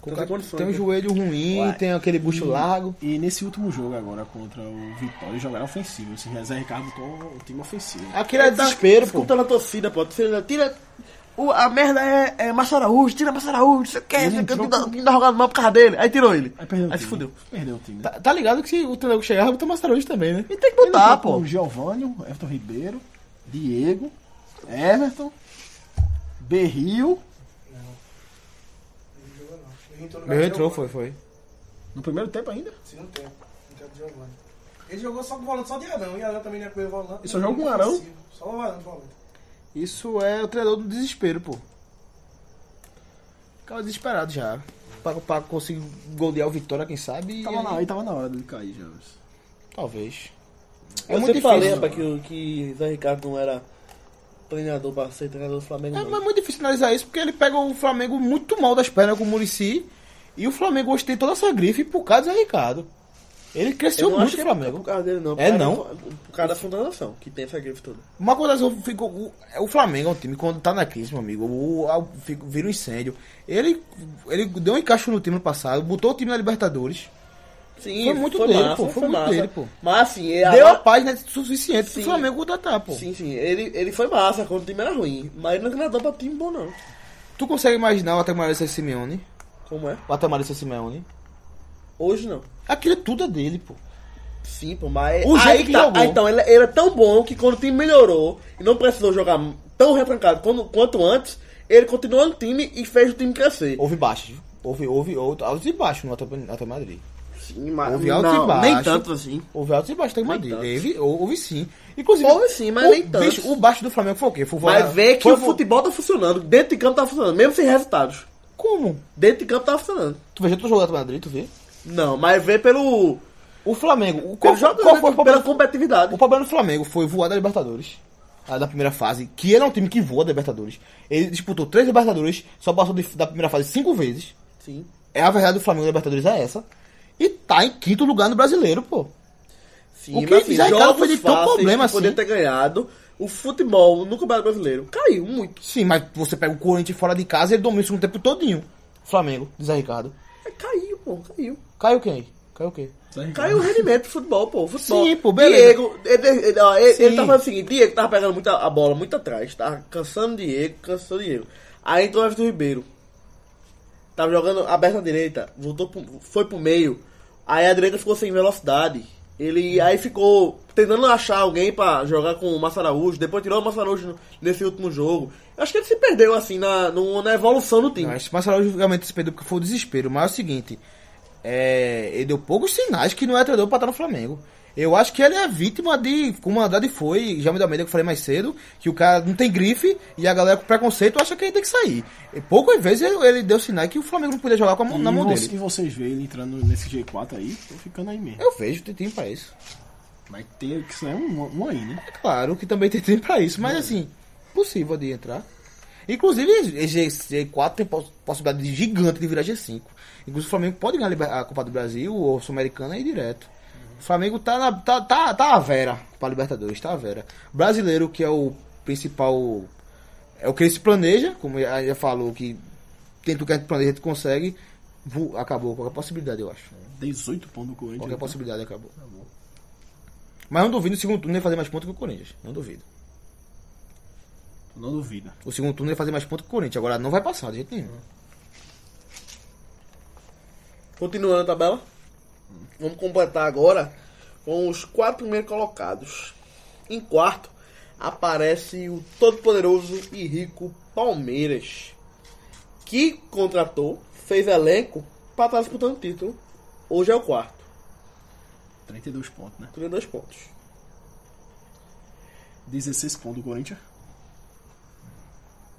C: Conca
B: tem condições,
C: tem um
B: né?
C: joelho ruim,
D: Ué.
C: tem aquele
D: Hum.
C: bucho largo.
D: E nesse último jogo agora contra o Vitória, eles jogaram ofensivo. Esse Zé Ricardo botou o time ofensivo.
C: Aquilo é desespero, pô.
B: Escutando a torcida, pô. A torcida tira... O, a merda é, é Márcio Araújo, tira Márcio Araújo, você quer,
D: Ele
B: você quer,
D: entrou
B: não tá,
D: com-
B: não tá jogando mal por causa dele. Aí tirou ele.
D: Aí perdeu o
B: Aí se
D: time.
B: fudeu.
D: Perdeu o time. né?
C: Tá, tá ligado que se o treinador chegar, vai tomar hoje também, né?
B: E tem que
D: Ele
B: botar,
D: entrou
B: pô.
D: com Giovanni, Everton Ribeiro, Diego, Everton, Berril.
E: Ele jogou não. Ele entrou no
C: Meu
E: lugar
C: entrou,
E: de
C: foi, foi.
D: No primeiro tempo ainda.
E: Segundo tempo. no lugar de Giovanni. Ele jogou só com volante, só de Arão. E Arão também não é primeiro volante.
D: Ele só jogou com Arão?
E: Só o Arão de volante.
C: Isso é o treinador do desespero, pô. Ficava desesperado já. Pra, pra conseguir goldear o Vitória, quem sabe. e
D: Tava na,
C: aí-
D: aí tava na hora dele cair já.
C: Talvez. É
B: eu sempre falei, rapaz, que, o- que Zé Ricardo não era treinador pra ser treinador do Flamengo,
C: É,
B: não.
C: mas é muito difícil analisar isso, porque ele pega o Flamengo muito mal das pernas com o Murici. E o Flamengo ostenta toda essa grife por causa do Zé Ricardo. Ele cresceu
B: Eu não
C: muito
B: acho
C: o
B: que
C: Flamengo.
B: é por causa dele, não.
C: É,
B: Por
C: não?
B: causa da- Por causa da fundação, que tem essa grife toda.
C: Uma coisa só ficou. O, é o Flamengo é um time que quando tá na crise, meu amigo. O, a- fica- vira um incêndio. Ele, ele deu um encaixe no time no passado, botou o time na Libertadores.
B: Sim,
C: Foi muito dele, pô, foi muito
B: massa.
C: dele, pô.
B: Mas assim, é a-
C: deu a página suficiente pro
B: Sim.
C: Flamengo contratar, pô.
B: Sim, sim, ele, ele foi massa quando o time era ruim, mas ele não agradou pra time bom, não.
C: Tu consegue imaginar o Atamarissa Simeone?
B: Como é?
C: O Atamarissa Simeone?
B: Hoje não.
C: Aquilo tudo é dele, pô.
B: Sim, pô, mas.
C: O jeito
B: aí
C: que
B: tá,
C: jogou.
B: aí, então, ele, ele é tão bom que quando o time melhorou e não precisou jogar tão retrancado quando- quanto antes, ele continuou no time e fez o time crescer.
C: Houve baixos, viu? houve, houve, houve altos e baixos no Atam- Atamadrid.
B: Sim, mas.
C: Houve alto e baixo.
B: nem tanto assim.
C: Houve altos e baixos no
B: Nem
C: Atamadrid.
B: tanto.
C: Teve, hou- houve sim. Inclusive,
B: Houve sim, mas
C: o,
B: nem tanto.
C: bicho, o baixo do Flamengo foi o quê? Foi,
B: Mas vê que
C: foi-
B: o futebol tá funcionando, dentro de campo tá funcionando, mesmo sem resultados.
C: Como?
B: Dentro de campo tá funcionando.
C: Tu veja tu jogou do Atamadrid, tu vê?
B: Não, mas vê pelo.
C: O Flamengo, o qual,
B: Pelo
C: qual,
B: jogo,
C: foi o
B: pela
C: problema,
B: competitividade.
C: o problema do Flamengo? Foi voar da Libertadores. A da primeira fase, que era um time que voa da Libertadores. Ele disputou três Libertadores, só passou de- da primeira fase cinco vezes.
B: Sim.
C: É a verdade do Flamengo da Libertadores é essa. E tá em quinto lugar no brasileiro, pô.
B: Sim,
C: O que
B: mas assim,
C: Zé Ricardo
B: jogos
C: foi de tão
B: fáceis
C: problema
B: que podia
C: assim?
B: ter ganhado o futebol no Campeonato Brasileiro. Caiu muito.
C: Sim, mas você pega o Corinthians fora de casa e ele domina o segundo tempo todinho. Flamengo, diz aí, Ricardo.
B: É, Caiu, pô, caiu.
C: Caiu quem aí? Caiu quem?
B: Caiu o rendimento do futebol, pô. Futebol.
C: né? Sim, pô, beleza.
B: Diego, ele, ele, ó, ele,
C: Sim.
B: ele tava fazendo o seguinte, Diego tava pegando muita, a bola muito atrás, tava cansando Diego, cansando Diego. Aí entrou o Everton Ribeiro. Tava jogando aberto à direita, voltou pro, foi pro meio. Aí a direita ficou sem velocidade. Ele aí ficou tentando achar alguém pra jogar com o Massa Araújo, depois tirou o Massa Araújo no- nesse último jogo. Eu acho que ele se perdeu assim na, no- na evolução do time.
C: Não, esse Marcelo Araújo realmente se perdeu porque foi o desespero. Mas é o seguinte, é, ele deu poucos sinais que não é treinador pra estar no Flamengo. Eu acho que ele é vítima de, como a Haddad foi, já me dá medo que eu falei mais cedo, que o cara não tem grife e a galera com preconceito acha que ele tem que sair. E poucas vezes ele, ele deu sinais que o Flamengo não podia jogar com a mão, na mão
D: e, vo- e
C: dele.
D: vocês veem ele entrando nesse G4 aí, tô ficando aí mesmo.
C: Eu vejo que tem tempo pra isso.
D: Mas tem que isso é um, um aí, né?
C: É claro que também tem tempo pra isso, mas assim, possível de entrar. Inclusive, G4 tem poss- possibilidade gigante de virar G5. Inclusive, o Flamengo pode ganhar a Liber- a Copa do Brasil ou Sul-Americana e ir direto. O Flamengo tá, na, tá, tá, tá à vera pra Libertadores, tá à vera. Brasileiro, que é o principal. É o que ele se planeja, como a gente já falou, que tenta o que a gente planeja, a gente consegue. Vu- Acabou, qualquer possibilidade, eu acho.
D: 18 pontos do Corinthians.
C: Qualquer possibilidade acabou.
D: Acabou.
C: Mas não duvido no segundo turno ele fazer mais pontos que o Corinthians. Não duvido.
D: Não duvida.
C: O segundo turno ele fazer mais pontos que o Corinthians. Agora não vai passar de jeito nenhum.
B: Continuando a tabela, vamos completar agora com os quatro primeiros colocados. Em quarto aparece o todo-poderoso e rico Palmeiras, tá que contratou, fez elenco para estar disputando o título. Hoje é o quarto.
D: 32 pontos, né?
B: 32 pontos.
D: 16 pontos do Corinthians.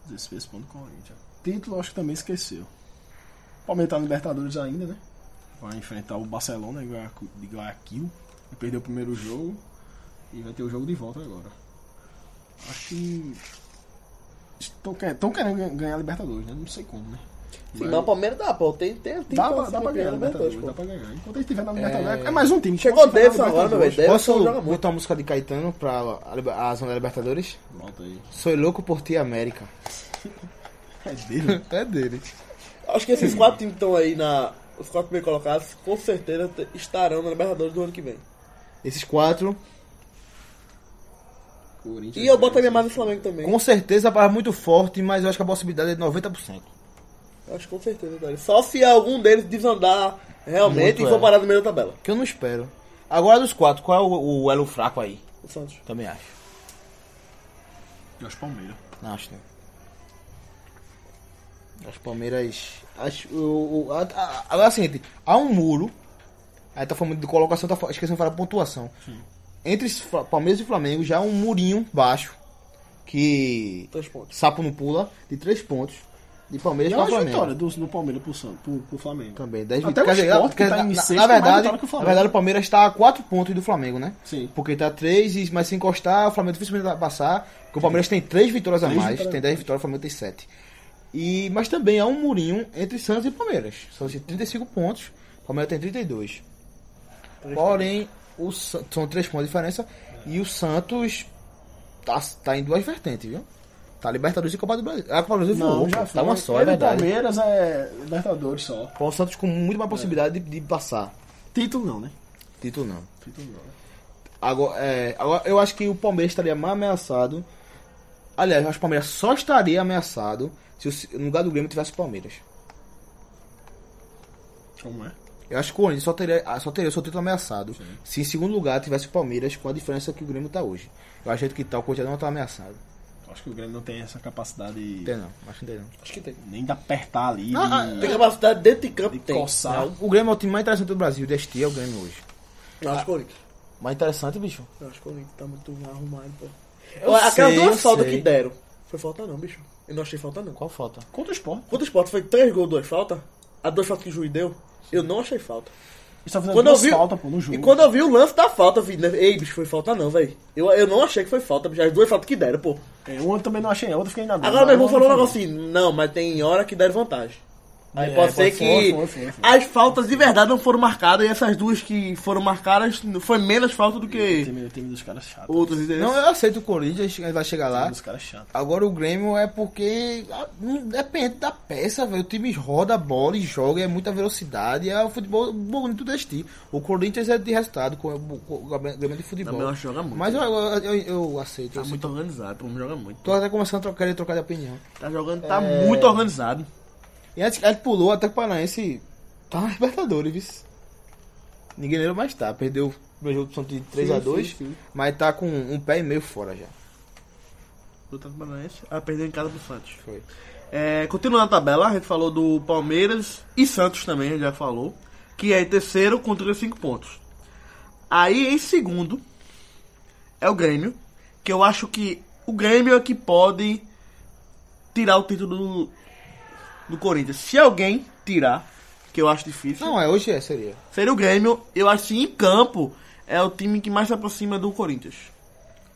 D: 16 pontos do Corinthians. Título, acho que também esqueceu. Palmeiras tá na Libertadores ainda, né? Vai enfrentar o Barcelona em Guayacu- de Guayaquil. E perdeu o primeiro jogo. E vai ter o jogo de volta agora. Acho que. Estão que- tão querendo gan- ganhar a Libertadores, né? Não sei como, né?
B: Sim,
D: Mas-
B: mas o Palmeiras dá, pô. Tem, tem, tem
D: Dá, pra-
B: condição
D: dá pra
B: de
D: ganhar a Libertadores,
B: pô.
D: dá pra ganhar. Enquanto ele estiver na Libertadores, é... mais um time.
B: Chegou
D: Enquanto ele
B: Davis
D: tiver na
B: agora, meu
D: Libertadores,
B: velho. Davis
C: Posso
B: joga muito.
C: botar a música de Caetano pra a Liber- a Zona da Libertadores?
D: Volta tá aí.
C: Sou louco por ti, América.
D: É dele.
C: É dele.
B: Acho que esses quatro times que estão aí na. Os quatro primeiros colocados, com certeza te- estarão na Libertadores do ano que vem.
C: Esses quatro,
D: Corinthians.
B: E eu botaria mais no Flamengo também.
C: com certeza, a palavra muito forte, mas eu acho que a possibilidade é de 90%.
B: Acho que com certeza, tá? Só se algum deles desandar realmente
C: Muito,
B: e for
C: é.
B: parar no meio da tabela.
C: Que eu não espero. Agora dos quatro, qual é o, o elo fraco aí?
B: O Santos.
C: Também acho.
D: E os Palmeiras.
C: Não acho não. As Palmeiras. Acho, o, o- a- a- agora é o seguinte, há um muro. Aí tá falando de colocação, tá fa- esquecendo de falar de pontuação. Entre esse Fla- Palmeiras e Flamengo já há um murinho baixo. Que.
B: Três pontos.
C: Sapo não pula, de três pontos. De Palmeiras
D: E
C: pra
D: olha a
C: Flamengo.
D: é vitória do, do Palmeiras pro, San- pro, pro Flamengo.
C: Também, 10
D: Até o
C: vitórias.
D: Sport, que tá em
C: na, na-
D: sexto,
C: na
D: mais
C: verdade,
D: vitória que o
C: na
D: Flamengo.
C: verdade, o Palmeiras está a 4 pontos do Flamengo, né?
D: Sim.
C: Porque tá 3, mas se encostar, o Flamengo dificilmente vai passar. Porque o Palmeiras tem 3 vitórias a
D: Três
C: mais,
D: vitórias
C: tem
D: a
C: 10 vitórias, o Flamengo tem 7. E, mas também há um murinho entre Santos e Palmeiras. Santos tem 35 pontos, o Palmeiras tem 32. Porém, o, Sa- são 3 pontos de diferença. E o Santos tá, tá em duas vertentes, viu? Tá Libertadores e Copa do Brasil. A Copa do Brasil voou, pô. tá uma só, é
D: Ele e
C: verdade.
D: Palmeiras é Libertadores só.
C: Pô, O Santos com muito mais possibilidade de, de passar.
D: Título não, né?
C: Título não.
D: Título não. né?
C: Agora, é, agora, eu acho que o Palmeiras estaria mais ameaçado. Aliás, eu acho que o Palmeiras só estaria ameaçado se o se- no lugar do Grêmio tivesse o Palmeiras.
D: Como é?
C: Eu acho que o Corinthians só teria, ah, só teria o seu título ameaçado se em segundo lugar tivesse o Palmeiras com a diferença que o Grêmio está hoje. Eu acho que tá, o Corinthians não está ameaçado.
D: Acho que o Grêmio não tem essa capacidade
C: Tem não, acho que não tem não.
B: Acho que tem.
D: nem de apertar ali. de-
C: Ah.
B: Tem capacidade dentro de campo,
D: de
B: tem.
D: coçar.
C: O Grêmio é o time mais interessante do Brasil, deste é o Grêmio hoje.
B: Eu acho que o Corinthians.
C: Mais interessante, bicho?
B: Eu acho que o Corinthians tá muito arrumado, pô.
C: Eu
B: Olha, Aquelas
C: sei, eu
B: duas faltas
C: sei.
B: que deram. Foi falta não, bicho. Eu não achei falta não.
C: Qual falta?
D: Contra o Sport.
B: Quantos pontos? Foi três gols, duas faltas? A duas faltas que o juiz deu? Eu não achei falta.
D: Eles tá fazendo
B: Quando eu
D: duas
B: vi,
D: faltas, pô, no jogo.
B: E quando eu vi o lance da falta, eu vi, né? Ei, bicho, foi falta não, velho. Eu, eu não achei que foi falta, bicho. As duas faltas que deram, pô.
D: É, uma eu também não achei, a outra fiquei ainda
B: Agora meu irmão falou um negócio assim, não, mas tem hora que deram vantagem. Aí
D: É,
B: pode ser
D: foi,
B: que
D: foi, foi, foi.
B: as faltas de verdade não foram marcadas e essas duas que foram marcadas foi menos falta do
D: O
B: que
D: time, o time dos caras é chato.
B: outras, entendeu?
C: Não, eu aceito o Corinthians, ele vai chegar
D: O
C: lá.
D: time dos caras é chato.
C: Agora o Grêmio é porque ah, não depende da peça, velho. O time roda a bola e joga, é muita velocidade, é o futebol bonito deste. tipo. O Corinthians é de resultado, co- co- o Grêmio é de futebol.
B: Não, mas eu acho que joga muito.
C: Mas eu, eu, eu, eu aceito. eu
B: Tá
C: aceito.
B: muito organizado, pô, joga muito.
C: Tô até começando a trocar, querer trocar de opinião.
B: Tá jogando, tá muito organizado.
C: E antes que ele pulou, até que o Paranaense tá na Libertadores, viu? Ninguém lembra mais tá. Perdeu o jogo do Santos de 3x2,
D: sim, sim.
C: mas tá com um pé e meio fora já.
B: O Atlético Paranaense, ah, perdeu em casa pro Santos.
C: Foi.
B: É, continuando a tabela, a gente falou do Palmeiras e Santos também, a gente já falou. Que é em terceiro com 35 pontos. Aí em segundo é o Grêmio. Que eu acho que o Grêmio é que pode tirar o título do, do Corinthians. Se alguém tirar, que eu acho difícil,
C: Não, é hoje é, seria.
B: seria o Grêmio. Eu acho que em campo é o time que mais se aproxima do Corinthians.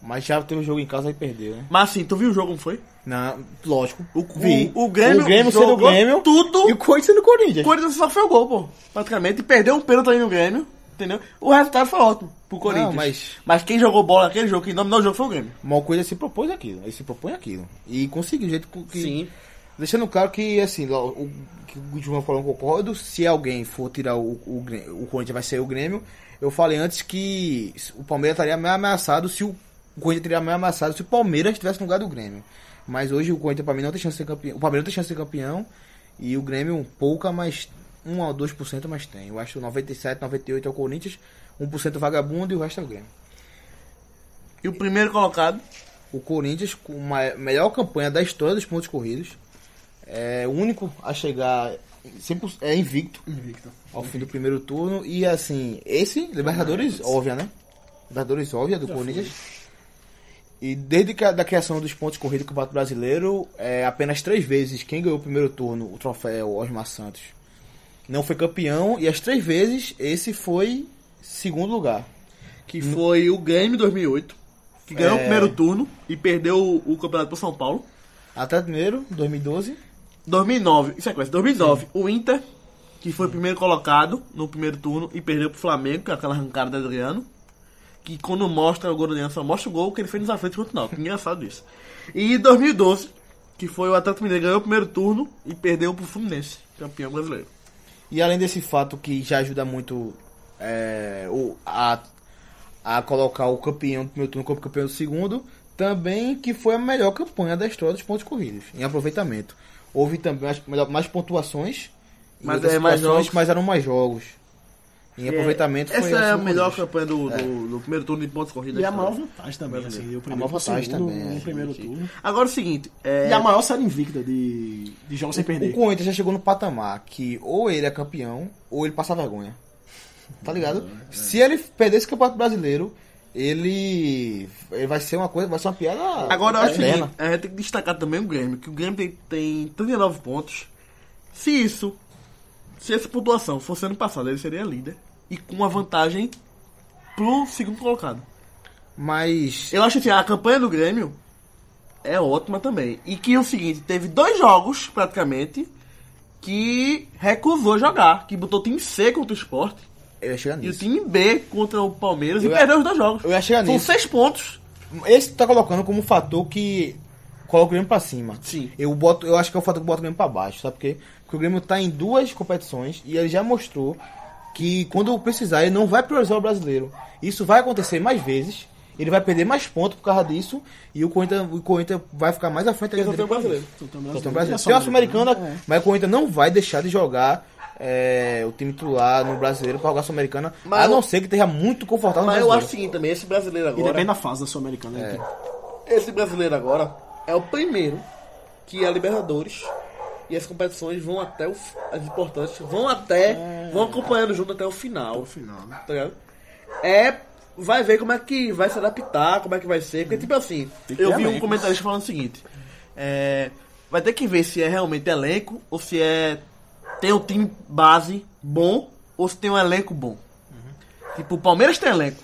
C: Mas já teve um jogo em casa e perdeu, né?
B: Mas assim, tu viu o jogo, não foi?
C: Não, lógico.
B: O- o- o Grêmio
C: o Grêmio sendo o
B: jogou
C: Grêmio
B: tudo.
C: e o Corinthians sendo o
B: O
C: Corinthians.
B: Corinthians só foi o gol, pô. Praticamente. E perdeu um pênalti ali no Grêmio. Entendeu? O resultado foi ótimo pro Corinthians.
C: mas-
B: quem jogou bola naquele jogo, quem dominou o jogo foi o Grêmio.
C: Mas o Corinthians se propôs aquilo, ele se propõe aquilo e conseguiu do jeito que
B: Sim.
C: Deixando claro que assim, lá, o que o João falou, eu concordo, se alguém for tirar o o, Grê- o Corinthians vai ser o Grêmio. Eu falei antes que o Palmeiras estaria mais ameaçado se o, o Corinthians teria mais ameaçado se o Palmeiras estivesse no lugar do Grêmio. Mas hoje o Corinthians para mim não tem chance de ser campeão. O Palmeiras não tem chance de ser campeão e o Grêmio um pouca, mas 1 a 2% mas tem. Eu acho 97, 98 é o Corinthians, 1% vagabundo e o resto é o Grêmio.
B: E o primeiro colocado.
C: O Corinthians com a melhor campanha da história dos pontos corridos. É o único a chegar 100%, é invicto
D: Invicto.
C: ao fim do primeiro turno. E assim, esse, Libertadores Óbvia, né? Libertadores Óbvia do Corinthians. E desde que a, da criação dos pontos corridos do Campeonato Brasileiro, é, apenas três vezes quem ganhou o primeiro turno, o troféu Osmar Santos, não foi campeão. E as três vezes, esse foi segundo lugar.
B: Que foi o Grêmio 2008, que ganhou o
C: Hum. É.
B: primeiro turno e perdeu o, o campeonato pro São Paulo.
C: Até primeiro, 2012.
B: 2009, isso é coisa, 2009, o Inter, que foi o primeiro colocado no primeiro turno e perdeu pro Flamengo, que é aquela arrancada do Adriano. Que quando mostra o gol do Adriano, só mostra o gol que ele fez nos aflitos contra o Náutico. Que Engraçado isso. E 2012, que foi o Atlético Mineiro, que ganhou o primeiro turno e perdeu pro Fluminense, campeão brasileiro.
C: E além desse fato que já ajuda muito é, o, a, a colocar o campeão do primeiro turno como campeão do segundo, também que foi a melhor campanha da história dos pontos corridos, em aproveitamento. Houve também mais, melhor- mais pontuações, em
B: Mas
C: outras
B: é mais
C: situações,
B: jogos.
C: mas eram mais jogos. Em aproveitamento foi É.
B: Essa é a
C: segundo
B: melhor
C: colocado.
B: campanha do, do- do primeiro turno de pontos corridos.
D: E
B: da
D: a maior
B: história.
D: vantagem também, assim, o primeiro
C: maior
D: pro
C: vantagem
D: segundo,
C: também,
D: no
C: é,
D: primeiro
C: gente.
D: turno.
B: Agora é o seguinte, é,
D: E a maior série invicta de, de jogos sem perder.
C: O Corinthians já chegou no patamar que ou ele é campeão ou ele passa vergonha. Tá ligado? Se ele perder esse campeonato brasileiro, ele, ele vai ser uma coisa, vai ser uma piada.
B: Agora é eu acho
C: eterna.
B: que a gente tem que destacar também o Grêmio, que o Grêmio tem, tem 39 pontos. Se isso, se essa pontuação fosse ano passado, ele seria líder e com uma vantagem pro segundo colocado.
C: Mas
B: Eu acho que assim, a campanha do Grêmio é ótima também. E que é o seguinte, teve dois jogos praticamente que recusou jogar, que botou o time C contra o Sport
C: eu ia chegar
B: e o
C: nisso.
B: time B contra o Palmeiras
C: Eu
B: e
C: ia-
B: perdeu os dois jogos.
C: eu ia chegar
B: São
C: nisso.
B: seis pontos.
C: Esse tu tá colocando como um fator que coloca o Grêmio pra cima.
B: Sim.
C: Eu, boto, eu acho que é o fator que bota o Grêmio pra baixo, sabe por quê? Porque o Grêmio tá em duas competições e ele já mostrou que quando precisar ele não vai priorizar o brasileiro. Isso vai acontecer mais vezes, ele vai perder mais pontos por causa disso e o Corinthians, o Corinthians vai ficar mais à frente ainda
B: Só tem o
C: dele.
B: brasileiro.
D: Então,
B: né?
C: Só tem o brasileiro. Tem a
D: né?
C: Sul-Americana,
B: É.
C: mas o Corinthians não vai deixar de jogar é, o time titular no brasileiro pra jogar a Sul-Americana,
B: Mas
C: a
B: eu-
C: não ser que esteja muito confortável
B: Mas
C: no
B: eu
C: brasileiro.
B: acho o seguinte também, esse brasileiro
D: E
B: agora.
D: depende da é fase da Sul-Americana. né?
B: Esse brasileiro agora é o primeiro que a Libertadores e as competições vão até o, f- as importantes vão até vão acompanhando junto É. até o final,
D: No final, né?
B: tá ligado? É vai ver como é que vai se adaptar, como é que vai ser, porque tipo assim,
D: Tem que
B: eu
D: ter
B: vi um
D: elencos.
B: comentarista falando o seguinte, é, vai ter que ver se é realmente elenco ou se é tem um time base bom ou se tem um elenco bom. Tipo, o Palmeiras tem elenco.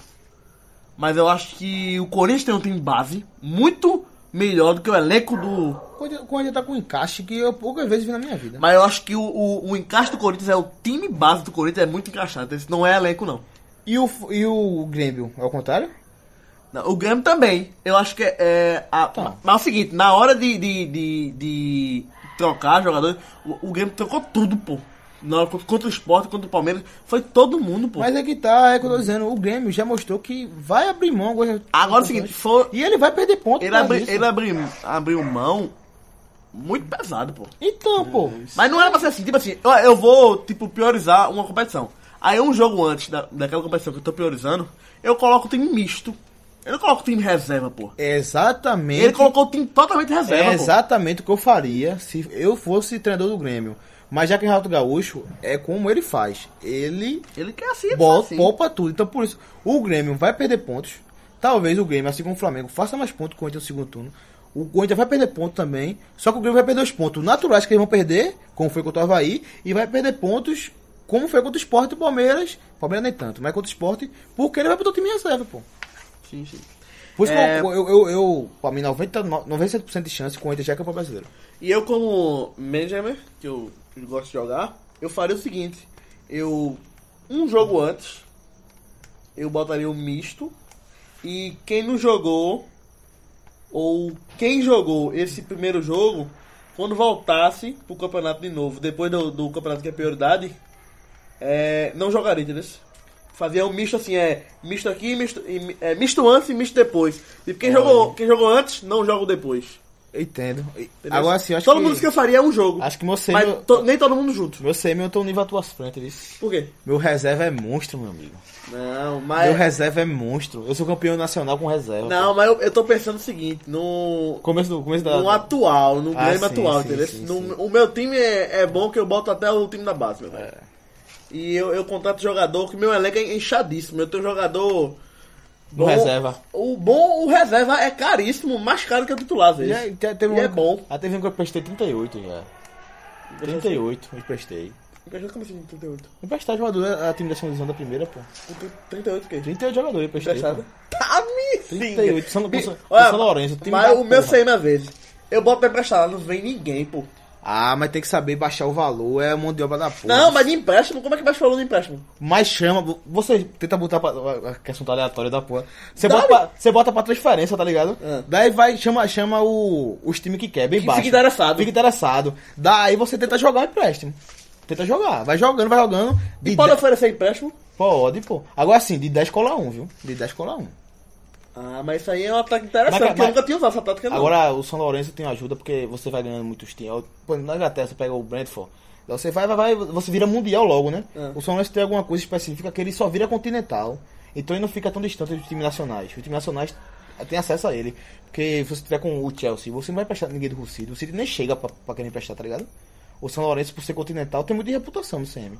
B: Mas eu acho que o Corinthians tem um time base muito melhor do que o elenco do.
C: O Corinthians- o Corinthians tá com um encaixe que eu poucas vezes vi na minha vida.
B: Mas eu acho que o, o, o encaixe do Corinthians é o time base do Corinthians, é muito encaixado. Esse não é elenco, não.
C: E o, e o Grêmio,
B: é
C: ao contrário?
B: Não, O Grêmio também. Eu acho que é. é, a-
C: Tá.
B: Mas é o seguinte, na hora de, de, de, de trocar jogadores, o, o Grêmio trocou tudo, pô. Na hora, contra o Sport, contra o Palmeiras, foi todo mundo, pô.
C: Mas é que tá, é que eu tô dizendo, o Grêmio já mostrou que vai abrir mão agora.
B: Agora é o seguinte, foi,
C: E ele vai perder ponto.
B: ele,
C: por causa
B: abri,
C: disso.
B: ele abriu, abriu mão muito pesado, pô.
C: Então, pô.
B: Mas não era pra ser assim, tipo assim, eu, eu vou, tipo, priorizar uma competição. Aí um jogo antes da, daquela competição que eu tô priorizando, eu coloco o time misto. Eu não coloco o time reserva, pô.
C: Exatamente.
B: Ele colocou o time totalmente reserva,
C: é
B: pô.
C: exatamente o que eu faria se eu fosse treinador do Grêmio. Mas já que é Renato Gaúcho, é como ele faz. Ele
B: Ele quer assim, ele
C: Bota,
B: quer assim.
C: poupa tudo. Então, por isso, o Grêmio vai perder pontos. Talvez o Grêmio, assim como o Flamengo, faça mais pontos que o Corinthians no segundo turno. O Corinthians vai perder pontos também. Só que o Grêmio vai perder os pontos naturais que eles vão perder, como foi contra o Havaí, e vai perder pontos como foi contra o Sport e o Palmeiras. Palmeiras nem tanto, mas contra o Sport, porque ele vai botar o time em reserva, pô.
B: Sim, sim.
C: Por isso
B: É.
C: que eu, eu, eu, eu, pra mim, 99, 97% de chance que o Corinthians já é campeão brasileiro.
B: E eu, como manager, que eu gosto de jogar, eu faria o seguinte: eu, um jogo antes, eu botaria o misto. E quem não jogou, ou quem jogou esse primeiro jogo, quando voltasse pro campeonato de novo, depois do, do campeonato que é prioridade, é, não jogaria, entendeu? Fazia um misto assim, é misto aqui, misto, e mi- é, misto antes e misto depois. E quem jogou, quem jogou antes, não joga o depois.
C: Eu entendo. E-
B: Entendeu?
C: Agora sim, eu acho
B: Todo
C: que...
B: mundo que eu faria é um jogo.
C: Acho que meu
B: mas
C: Samuel...
B: to- nem todo mundo junto.
C: Meu Samuel tem um nível à tua frente, disse.
B: Por quê?
C: Meu reserva é monstro, meu amigo.
B: Não,
C: Meu
B: mas.
C: reserva é monstro. Eu sou campeão nacional com reserva.
B: Ah, Não, mas eu, eu tô pensando o seguinte, no.
C: pô. Começo do começo da...
B: No atual, no
C: Ah,
B: Grêmio
C: sim,
B: atual,
C: sim,
B: entendeu?
C: sim,
B: No-
C: sim.
B: O meu time é, é bom que eu boto até o time da base, meu velho.
C: É.
B: E eu, eu contrato jogador que meu elenco é enxadíssimo. Eu tenho jogador.
C: No reserva.
B: O bom, o reserva é caríssimo, mais caro que o titular, às
C: E
B: vezes.
C: aí, te- teve
B: E é bom.
C: Ah, teve um que eu prestei 38 já. 38, eu prestei.
B: Imagina como assim, 38.
C: Emprestar jogador a time da segunda divisão da primeira, pô.
B: 38 o quê?
C: 38 jogadores eu prestei.
B: Emprestado?
C: pô.
B: Tá me
C: 38, São,
B: Bi-
C: São,
B: Olha,
C: São Lourenço, time
B: Mas
C: da
B: o meu
C: porra.
B: sei às vezes. Eu boto pra emprestar, lá, não vem ninguém, pô.
C: Ah, mas tem que saber baixar o valor, é a mão de obra da porra.
B: Não, mas de empréstimo, como é que vai falando de empréstimo?
C: Mas chama, vo- você tenta botar pra. A questão aleatória da porra. Você
B: Dá,
C: bota, pra, você bota pra transferência, tá ligado?
B: Ah.
C: Daí vai, chama, chama o, os times que quer, bem
B: Que
C: baixo.
B: fica interessado.
C: Fica interessado. Daí você tenta jogar o empréstimo. Tenta jogar, vai jogando, vai jogando. De
B: E pode
C: dez-
B: oferecer empréstimo?
C: pode, pô. Agora sim, de 10 cola 1, viu? De 10 cola 1.
B: Ah, mas isso aí é uma tática interessante,
C: Mas-
B: porque eu
C: mas-
B: nunca tinha usado essa tática não.
C: Agora o São Lourenço tem ajuda porque você vai ganhando muitos times. Pô, na Inglaterra você pega o Brentford. Daí Você vai, vai, vai, você vira mundial logo, né?
B: É.
C: O São Lourenço tem alguma coisa específica que ele só vira continental. Então ele não fica tão distante dos times nacionais. Os times nacionais têm acesso a ele. Porque se você tiver com o Chelsea, você não vai prestar ninguém do City. O City nem chega pra, pra querer emprestar, tá ligado? O São Lourenço, por ser continental, tem muita reputação no CM.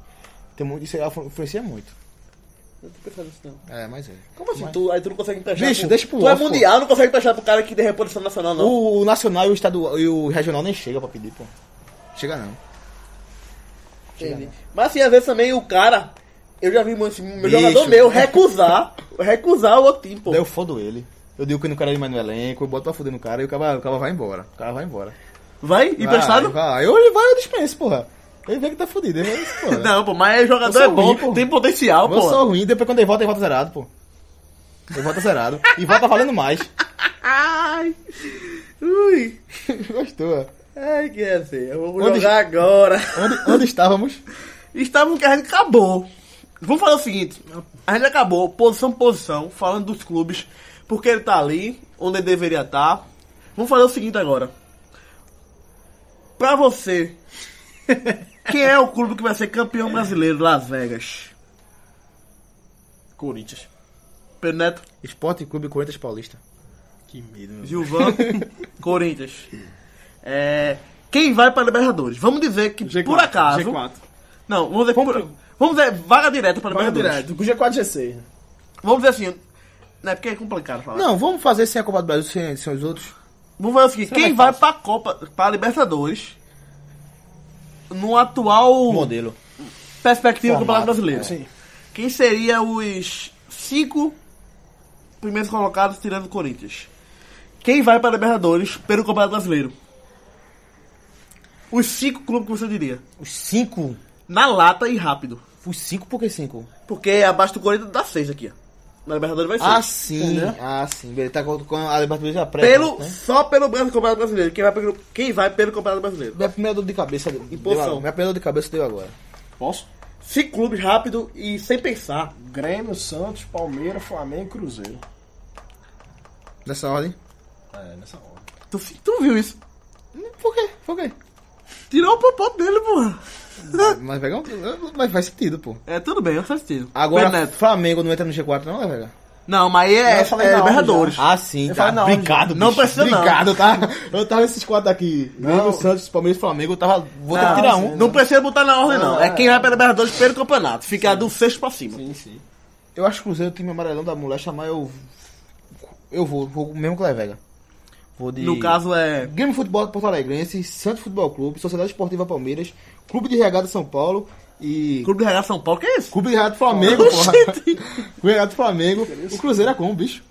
C: Tem muito, isso aí influencia muito.
B: Eu tô pensando nisso não.
C: É, mas é.
B: Como assim? Tu, aí tu não consegue emprestar
C: Bicho,
B: pro-
C: deixa pro
B: Tu é
C: off, pô.
B: mundial, não consegue emprestar pro cara que tem reposição nacional, não.
C: O, o nacional e o estadual e o regional nem chega pra pedir, pô. Chega não.
B: Entendi. Mas assim, às vezes também o cara... Eu já vi muito assim, meu
C: Bicho.
B: jogador meu recusar, recusar o outro time, pô.
C: Daí eu fodo ele. Eu digo que não quero ele mais no elenco, eu boto pra foder no cara e o cara, o cara vai embora. O cara vai embora.
B: Vai? Emprestado?
C: Vai, vai. Eu, ele vai, eu dispenso, porra. Ele vê que tá fudido, ele vai, porra.
B: Não, pô, mas jogador
C: Eu
B: é
C: sou
B: bom,
C: ruim, pô.
B: tem potencial,
C: eu
B: pô.
C: sou ruim, depois quando ele volta, ele volta zerado, pô. Ele volta zerado. E volta valendo mais.
B: Ai! Ui!
C: Gostou, ó.
B: Ai, que é assim? Eu vou
C: Onde-
B: jogar agora.
C: Onde, onde estávamos?
B: Estavam que a gente acabou. Vamos fazer o seguinte: a gente acabou, posição por posição, falando dos clubes, porque ele tá ali, onde ele deveria estar. Vamos fazer o seguinte agora. Pra você, quem é o clube que vai ser campeão brasileiro de Las Vegas?
D: Corinthians.
B: Pedro Neto,
C: Esporte Clube Corinthians Paulista.
D: Que medo, meu.
B: Gilvan, Corinthians. É, quem vai pra Libertadores? Vamos dizer que
D: G4,
B: por acaso.
D: G4.
B: Não, vamos dizer por, Vamos dizer vaga direta pra
D: Vai
B: Libertadores.
D: direto. Com G4 G6.
B: Vamos dizer assim. Né, porque é complicado falar.
C: Não, vamos fazer sem a Copa do Brasil, sem, sem os outros.
B: Vamos fazer o seguinte, quem vai pra Copa, pra Libertadores, no atual
C: Modelo.
B: perspectiva do Campeonato
C: Formato,
B: Brasileiro?
D: Sim.
B: Quem seria os cinco primeiros colocados tirando o Corinthians? Quem vai pra Libertadores pelo Campeonato Brasileiro? Os cinco clubes que você diria.
C: Os cinco.
B: Na lata e rápido.
C: Os cinco, por que cinco?
B: Porque abaixo do Corinthians dá seis aqui, ó. Na Libertadores vai
C: Ah,
B: seis.
C: sim. Ah, sim. Ele tá com com a Libertadores já pré.
B: Pelo,
C: né?
B: Só pelo Campeonato Brasileiro. Quem vai pelo, quem vai pelo Campeonato Brasileiro?
C: Minha primeira dor de cabeça deu
B: posição.
C: agora. Minha primeira dor de cabeça deu agora.
D: Posso?
B: Cinco clubes rápido e sem pensar.
D: Grêmio, Santos, Palmeiras, Flamengo e Cruzeiro.
C: Nessa ordem?
D: É, nessa ordem.
B: Tu, tu viu isso?
C: Por quê? Por quê?
B: Tirou o popó dele, porra.
C: Mas, Vegão, mas faz sentido, pô.
B: É, tudo bem, eu faz sentido.
C: Agora,
B: Bem, Neto.
C: Flamengo não entra no G4 não, né, Vega?
B: Não, mas aí
D: Não,
B: é,
D: eu falei
B: é
D: na hora
B: Libertadores.
C: Ah, sim,
D: Eu falei na hora,
C: Obrigado,
B: Não precisa não.
C: Obrigado, tá? Eu tava esses quatro aqui. Grêmio,
D: Não.
C: Santos, Palmeiras e Flamengo. Eu tava... Vou ter
B: Não,
C: que tirar
B: não,
C: um.
B: precisa botar na ordem, não. É
D: Ah,
B: quem vai pra Libertadores pelo campeonato. Fica do sexto pra cima.
D: Sim, sim.
C: Eu acho que o Cruzeiro, o time amarelão da mulher, chamar eu... Eu vou, vou mesmo que lá, Vega. Vou de...
B: No caso é.
C: Grêmio Futebol Porto Alegrense, Santos Futebol Clube, Sociedade Esportiva Palmeiras, Clube de Regada São Paulo e...
B: Clube de RH São Paulo, que é isso?
C: Clube Renato Flamengo,
B: Oh,
C: porra.
B: gente.
C: Clube Renato Flamengo. O Cruzeiro é como, bicho?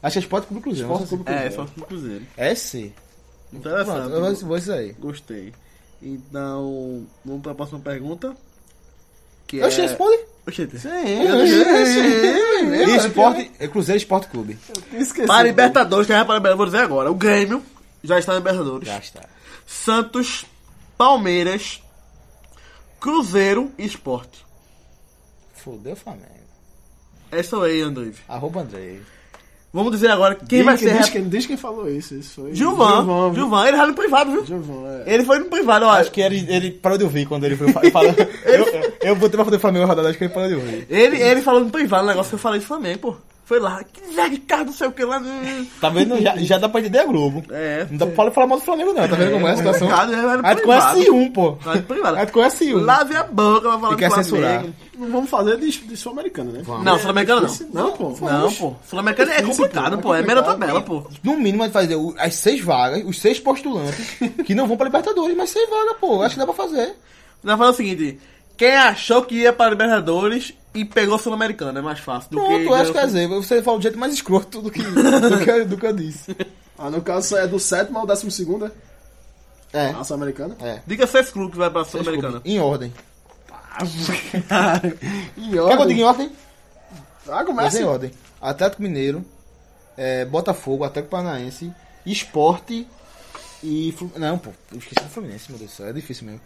C: Acho que é Esporte Clube Cruzeiro. não sei se-
B: É, só pro Cruzeiro.
C: É sim. Pronto, eu
B: Interessante.
C: vou- vou isso aí.
B: Gostei. Então, vamos pra próxima pergunta. Que
C: Eu te
B: é...
C: respondo.
B: Oxente.
C: E Esporte, é Cruzeiro Esporte Clube.
D: Esqueci.
B: Para Libertadores, quem vai pra Libertadores é agora. O Grêmio já está na Libertadores.
C: Já está.
B: Santos, Palmeiras, Cruzeiro e Esporte.
C: Fudeu Flamengo.
B: É isso aí, André.
C: Arroba Andrei.
B: Vamos dizer agora quem
D: Diz
B: vai
D: que-
B: ser.
D: diz
B: rep-
D: quem, diz quem falou isso. Isso foi.
B: Gilvan.
D: viu?
B: Gilvan, ele era no privado, viu?
D: Gilvan, é.
B: Ele foi no privado, eu acho.
C: Acho que ele, ele parou de ouvir quando ele foi fa- falando. eu, eu botei pra fazer o Flamengo rodada, acho que ele parou de ouvir.
B: Ele, ele falou no privado o negócio que eu falei de Flamengo, pô. Foi lá, que Zé Ricardo, não sei o que lá. hum.
C: Tá vendo? Já, já dá pra entender a Globo.
B: É.
C: Não dá pra falar mal do Flamengo, não. Tá vendo como é a situação?
B: complicado, né? Era
C: Aí tu
B: privado.
C: conhece um, pô.
B: Lá de privado.
C: Aí tu conhece um.
B: Lave a boca pra falar
C: E quer
B: do
C: censurar.
B: Flamengo.
D: Não vamos fazer de, de Sul-Americana, né? Vamos.
B: Não, Sul-Americana não.
D: Não, pô.
B: Não, pô. Sul-Americana é complicado, pô. É mera tabela, pô.
C: No mínimo vai fazer o- as seis vagas, os seis postulantes, que não vão pra Libertadores, mas seis vagas, pô. Acho que dá pra fazer.
B: Nós falamos o seguinte: quem achou que ia pra Libertadores e pegou Sul-Americana é mais fácil do que.
C: Pronto, acho que é dizer, você fala do jeito mais escroto do que, do que, eu- do que eu disse.
D: Ah, no caso é do sétimo ao décimo segundo, é?
C: É.
D: A Sul-Americana?
C: É.
B: Diga seis clubes que vai pra Sul-Americana.
C: Em ordem.
D: Em
C: Quer que eu
D: ordem.
C: diga em ordem?
D: Ah,
C: Mas
D: começa.
C: em ordem. Atlético Mineiro, é, Botafogo, Atlético Paranaense, Esporte e. Flu- Não, pô, eu esqueci do Fluminense, meu Deus do céu, é difícil mesmo.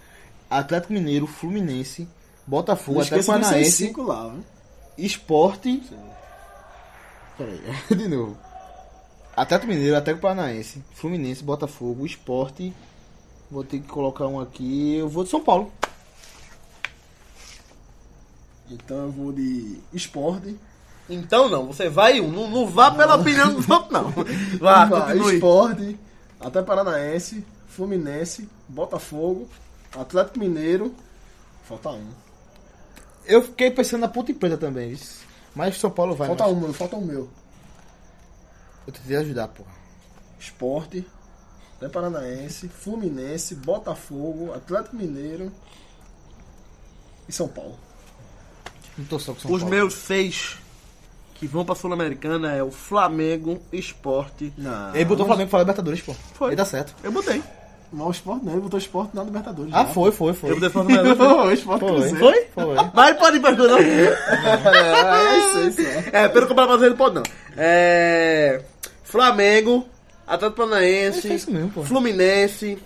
C: Atlético Mineiro, Fluminense, Botafogo,
D: Não
C: Atlético
D: esqueça dos seus
C: Paranaense,
D: cinco lá, né?
C: Esporte. Peraí, de novo. Atlético Mineiro, Atlético Paranaense, Fluminense, Botafogo, Esporte. Vou ter que colocar um aqui. Eu vou de São Paulo.
D: Então eu vou de esporte.
B: Então não, você vai um. Não, não vá pela opinião dos outros, não. Vá,
D: Vai,
B: continue.
D: esporte. Até Paranaense. Fluminense. Botafogo. Atlético Mineiro. Falta um.
C: Eu fiquei pensando na Ponte Preta também. isso. Mas São Paulo vai.
D: Falta
C: mas-
D: um, mano. Falta um meu.
C: Eu tentei ajudar, porra.
D: Esporte. Até Paranaense. Fluminense. Botafogo. Atlético Mineiro. E São Paulo.
C: Não tô só com São
B: Os
C: Paulo.
B: meus seis que vão pra Sul-Americana é o Flamengo, Esporte.
D: Não.
C: Ele botou o Flamengo pra Libertadores, pô.
B: Foi.
C: Ele tá certo.
B: Eu botei.
D: Mas o esporte não. Ele botou esporte na Libertadores.
C: Ah,
D: já.
C: foi, foi, foi.
B: Eu botei Flamengo. Libertadores.
D: o esporte
C: Foi.
D: Cruzeiro.
B: Foi?
C: Foi.
B: Vai pra Libertadores.
D: É isso, é isso. é.
B: É, pelo que o Brasil ele pode não. É. Flamengo, Atlético Paranaense,
C: É isso mesmo, pô.
B: Fluminense,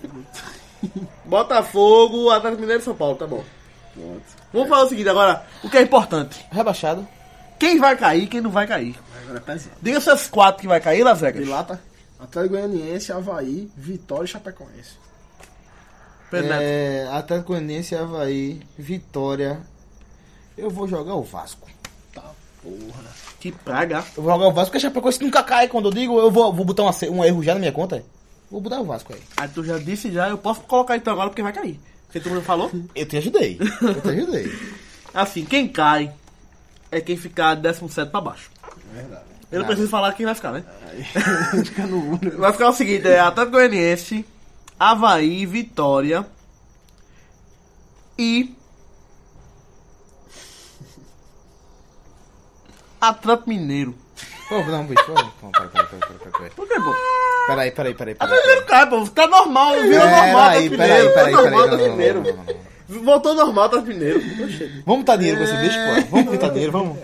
B: Botafogo, Atlético Mineiro e São Paulo, tá bom.
D: Pronto.
B: Vamos falar o seguinte agora, o que é importante?
C: Rebaixado.
B: Quem vai cair, quem não vai cair?
D: Agora é pesado.
B: Diga essas quatro que vai cair, Las Vegas.
D: Pilata. Atlético Goianiense, Havaí, Vitória e Chapecoense.
B: Pedro Neto.
C: É, Atlético Goianiense, Havaí, Vitória. Eu vou jogar o Vasco.
D: Tá porra.
B: Que praga.
C: Eu vou jogar o Vasco, porque a Chapecoense nunca cai. Quando eu digo, eu vou, vou botar uma ce- um erro já na minha conta. Vou botar o Vasco aí.
B: Aí tu já disse já, eu posso colocar então agora porque vai cair. Porque todo mundo falou.
C: Eu te ajudei. Eu te ajudei.
B: Assim, quem cai é quem ficar 17 pra baixo.
D: Verdade.
B: Eu não preciso falar quem vai ficar, né?
D: Aí fica no olho.
B: Vai ficar o seguinte, é Atlético Goianiense, Havaí, Vitória e Atlético Mineiro.
C: Pô, não, bicho. Pô, pô, pera, pera, pera, pera, pera, pera.
B: Por que, pô?
C: Peraí, peraí, peraí.
D: Ah.
C: peraí,
B: Atlético
C: peraí.
B: Mineiro cai, pô. Tá normal, virou
D: É,
B: normal
C: Peraí,
B: Atlético
C: peraí,
B: Mineiro. Tá
C: peraí,
B: normal
C: peraí,
B: Atlético
C: não, não, não,
B: Mineiro.
C: não, não,
B: Voltou normal Atlético Mineiro. Oxente,
C: Vamos botar dinheiro com esse bicho, pô. Vamos
B: É.
C: botar dinheiro, vamos.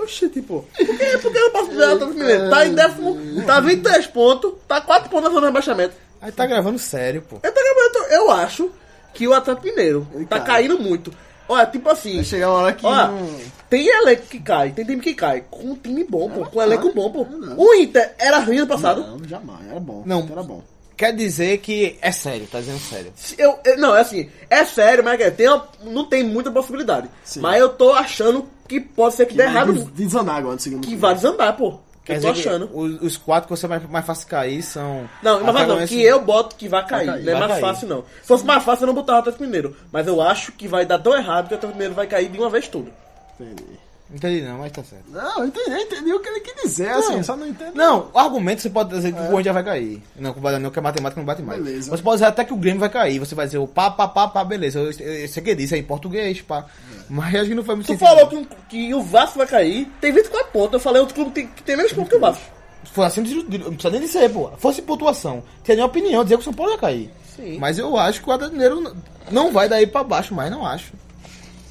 B: Oxente, pô. tipo, Por que, por que eu posso dizer Atlético Mineiro? Tá em décimo, tá 23 pontos, tá 4 pontos na zona de rebaixamento.
C: Aí tá gravando sério, pô.
B: Eu, tô, eu, tô- eu acho que o Atlético Mineiro
D: Ele
B: tá
D: cai.
B: caindo muito. Olha, tipo assim,
D: Vai chegar uma hora que.
B: Olha,
D: não-
B: tem elenco que cai, tem time que cai. Com um time bom, pô. Com um elenco bom, pô.
D: Ah, não.
B: O Inter era ruim ano passado. Tá
D: Não, jamais. Era bom.
C: Não.
D: Era bom.
C: Quer dizer que é sério, tá dizendo sério.
B: Se Eu, eu- não, é assim, é sério, mas é, tem uma- não tem muita possibilidade.
D: Sim.
B: Mas eu tô achando que pode ser que, dê
D: Vai
B: errado,
D: des- Desanar agora no segundo
B: que
D: turno.
B: vai desandar, pô.
C: Quer
B: eu tô
C: dizer que
B: achando.
C: Os, os quatro que você mais, mais fácil cair são.
B: Não, mas não,
F: é
C: Atlético
B: que
F: assim.
B: eu boto que vai cair.
D: cair,
B: não é
C: vai
B: mais
C: cair.
B: fácil, não. Se fosse mais fácil, eu não botava o Atlético Mineiro. Mas eu acho que vai dar tão errado que o Atlético Mineiro vai cair de uma vez tudo.
D: Entendi.
C: Entendi, não, mas tá certo.
D: Não, eu entendi, eu entendi o que ele quis dizer, assim, eu só não entendo.
C: Não, o argumento você pode
B: É.
C: dizer que o Corinthians vai cair. Não, que o Bahia não, que a matemática não bate mais.
D: Beleza.
C: Você pode dizer até que o Grêmio vai cair. Você vai dizer, o pá, pá, pá, pá, beleza. Eu, eu, eu sei que disse aí em português, pá. Mas acho que não foi muito
B: É. Tu falou que, um- que o Vasco vai cair, tem 24 pontos. Eu falei outro clube tem- que tem menos pontos que o Vasco.
C: Foi assim, não precisa nem dizer, pô. Fosse pontuação. Tinha minha opinião, dizer que o São Paulo ia cair.
B: Sim.
C: Mas eu acho que o Atlético Mineiro não- não vai daí pra baixo, mas não acho.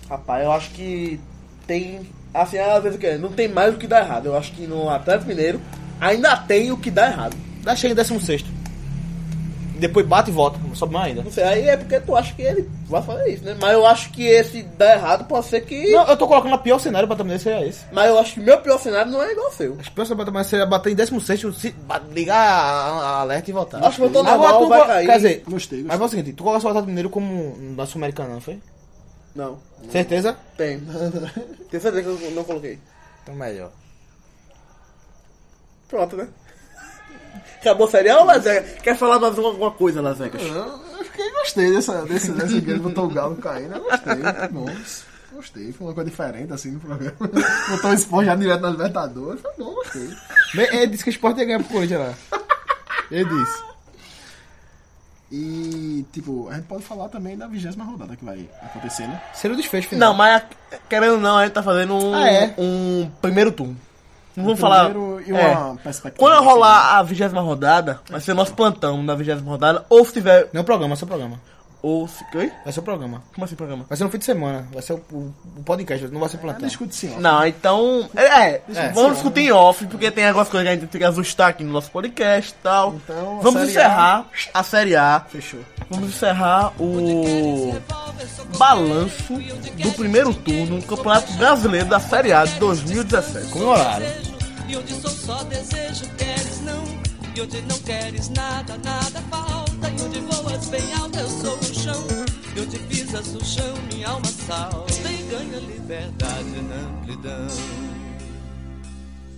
B: Rapaz, eu acho que tem. Assim, às vezes o quê? não tem mais o que dá errado. Eu acho que no Atlético Mineiro ainda tem o que dá errado.
C: Dá chega em 16. depois bate e volta, sobe mais ainda.
F: Não sei, aí é porque tu acha que ele vai fazer isso, né? Mas eu acho que esse dá errado pode ser que.
C: Não, eu tô colocando o pior cenário pra também seria esse.
F: Mas eu acho que meu pior cenário não é igual ao seu.
C: Os piores também seria bater em 16, se- ba- ligar a, a- a alerta e voltar.
F: Acho que eu tô
C: Agora
F: normal,
C: tu
F: vai
C: co-
F: cair.
C: Quer dizer,
D: Gostei,
C: mas
D: gostei.
C: é o seguinte, tu coloca o Atlético Mineiro como na Sul-Americana, não foi?
F: Não,
C: Certeza?
F: tem. Tenho certeza que eu não coloquei.
C: Então melhor.
F: Pronto, né? Acabou a série A, Lazeca? Quer falar mais alguma coisa, Lazecas?
D: Eu fiquei gostei dessa, desse, dessa que ele botou o galo caindo. Eu gostei, muito bom. Gostei, foi uma coisa diferente assim no programa. Botou o esporte já direto na Libertadores. Foi bom, gostei.
C: Bem, ele disse que o Sport ia ganhar pro Corinthians lá. Ele disse.
D: E, tipo, a gente pode falar também da vigésima rodada que vai acontecer, né?
C: Seria o desfecho final.
B: Não, mas querendo ou não, a gente tá fazendo um,
C: Ah, é?
B: um primeiro turno. Não vamos falar.
D: Primeiro e
B: é.
D: uma perspectiva.
B: Quando rolar a vigésima rodada, vai ser nosso plantão na vigésima rodada, ou se tiver.
C: Não é o programa, é o seu programa.
B: Ou se. Oi?
C: Vai ser o programa.
B: Como assim programa?
C: Vai ser no fim de semana. Vai ser o, o- o podcast, não vai ser
D: Ela
C: plantão.
D: discute sim, ó.
B: Não, então. É,
C: É,
B: vamos discutir
D: né?
B: em off, porque tem algumas coisas que a gente tem que ajustar aqui no nosso podcast e tal.
D: Então, a
B: vamos
D: Série
B: encerrar a Série A.
D: Fechou.
B: Vamos encerrar o balanço do primeiro turno do Campeonato Brasileiro da Série A de 2017.
C: Comemoraram.
A: E onde sou só desejo, queres não. E onde não queres nada, nada falta. E onde voas bem alto, eu sou o chão. E onde pisas o chão, minha alma salta. E ganha liberdade na amplidão.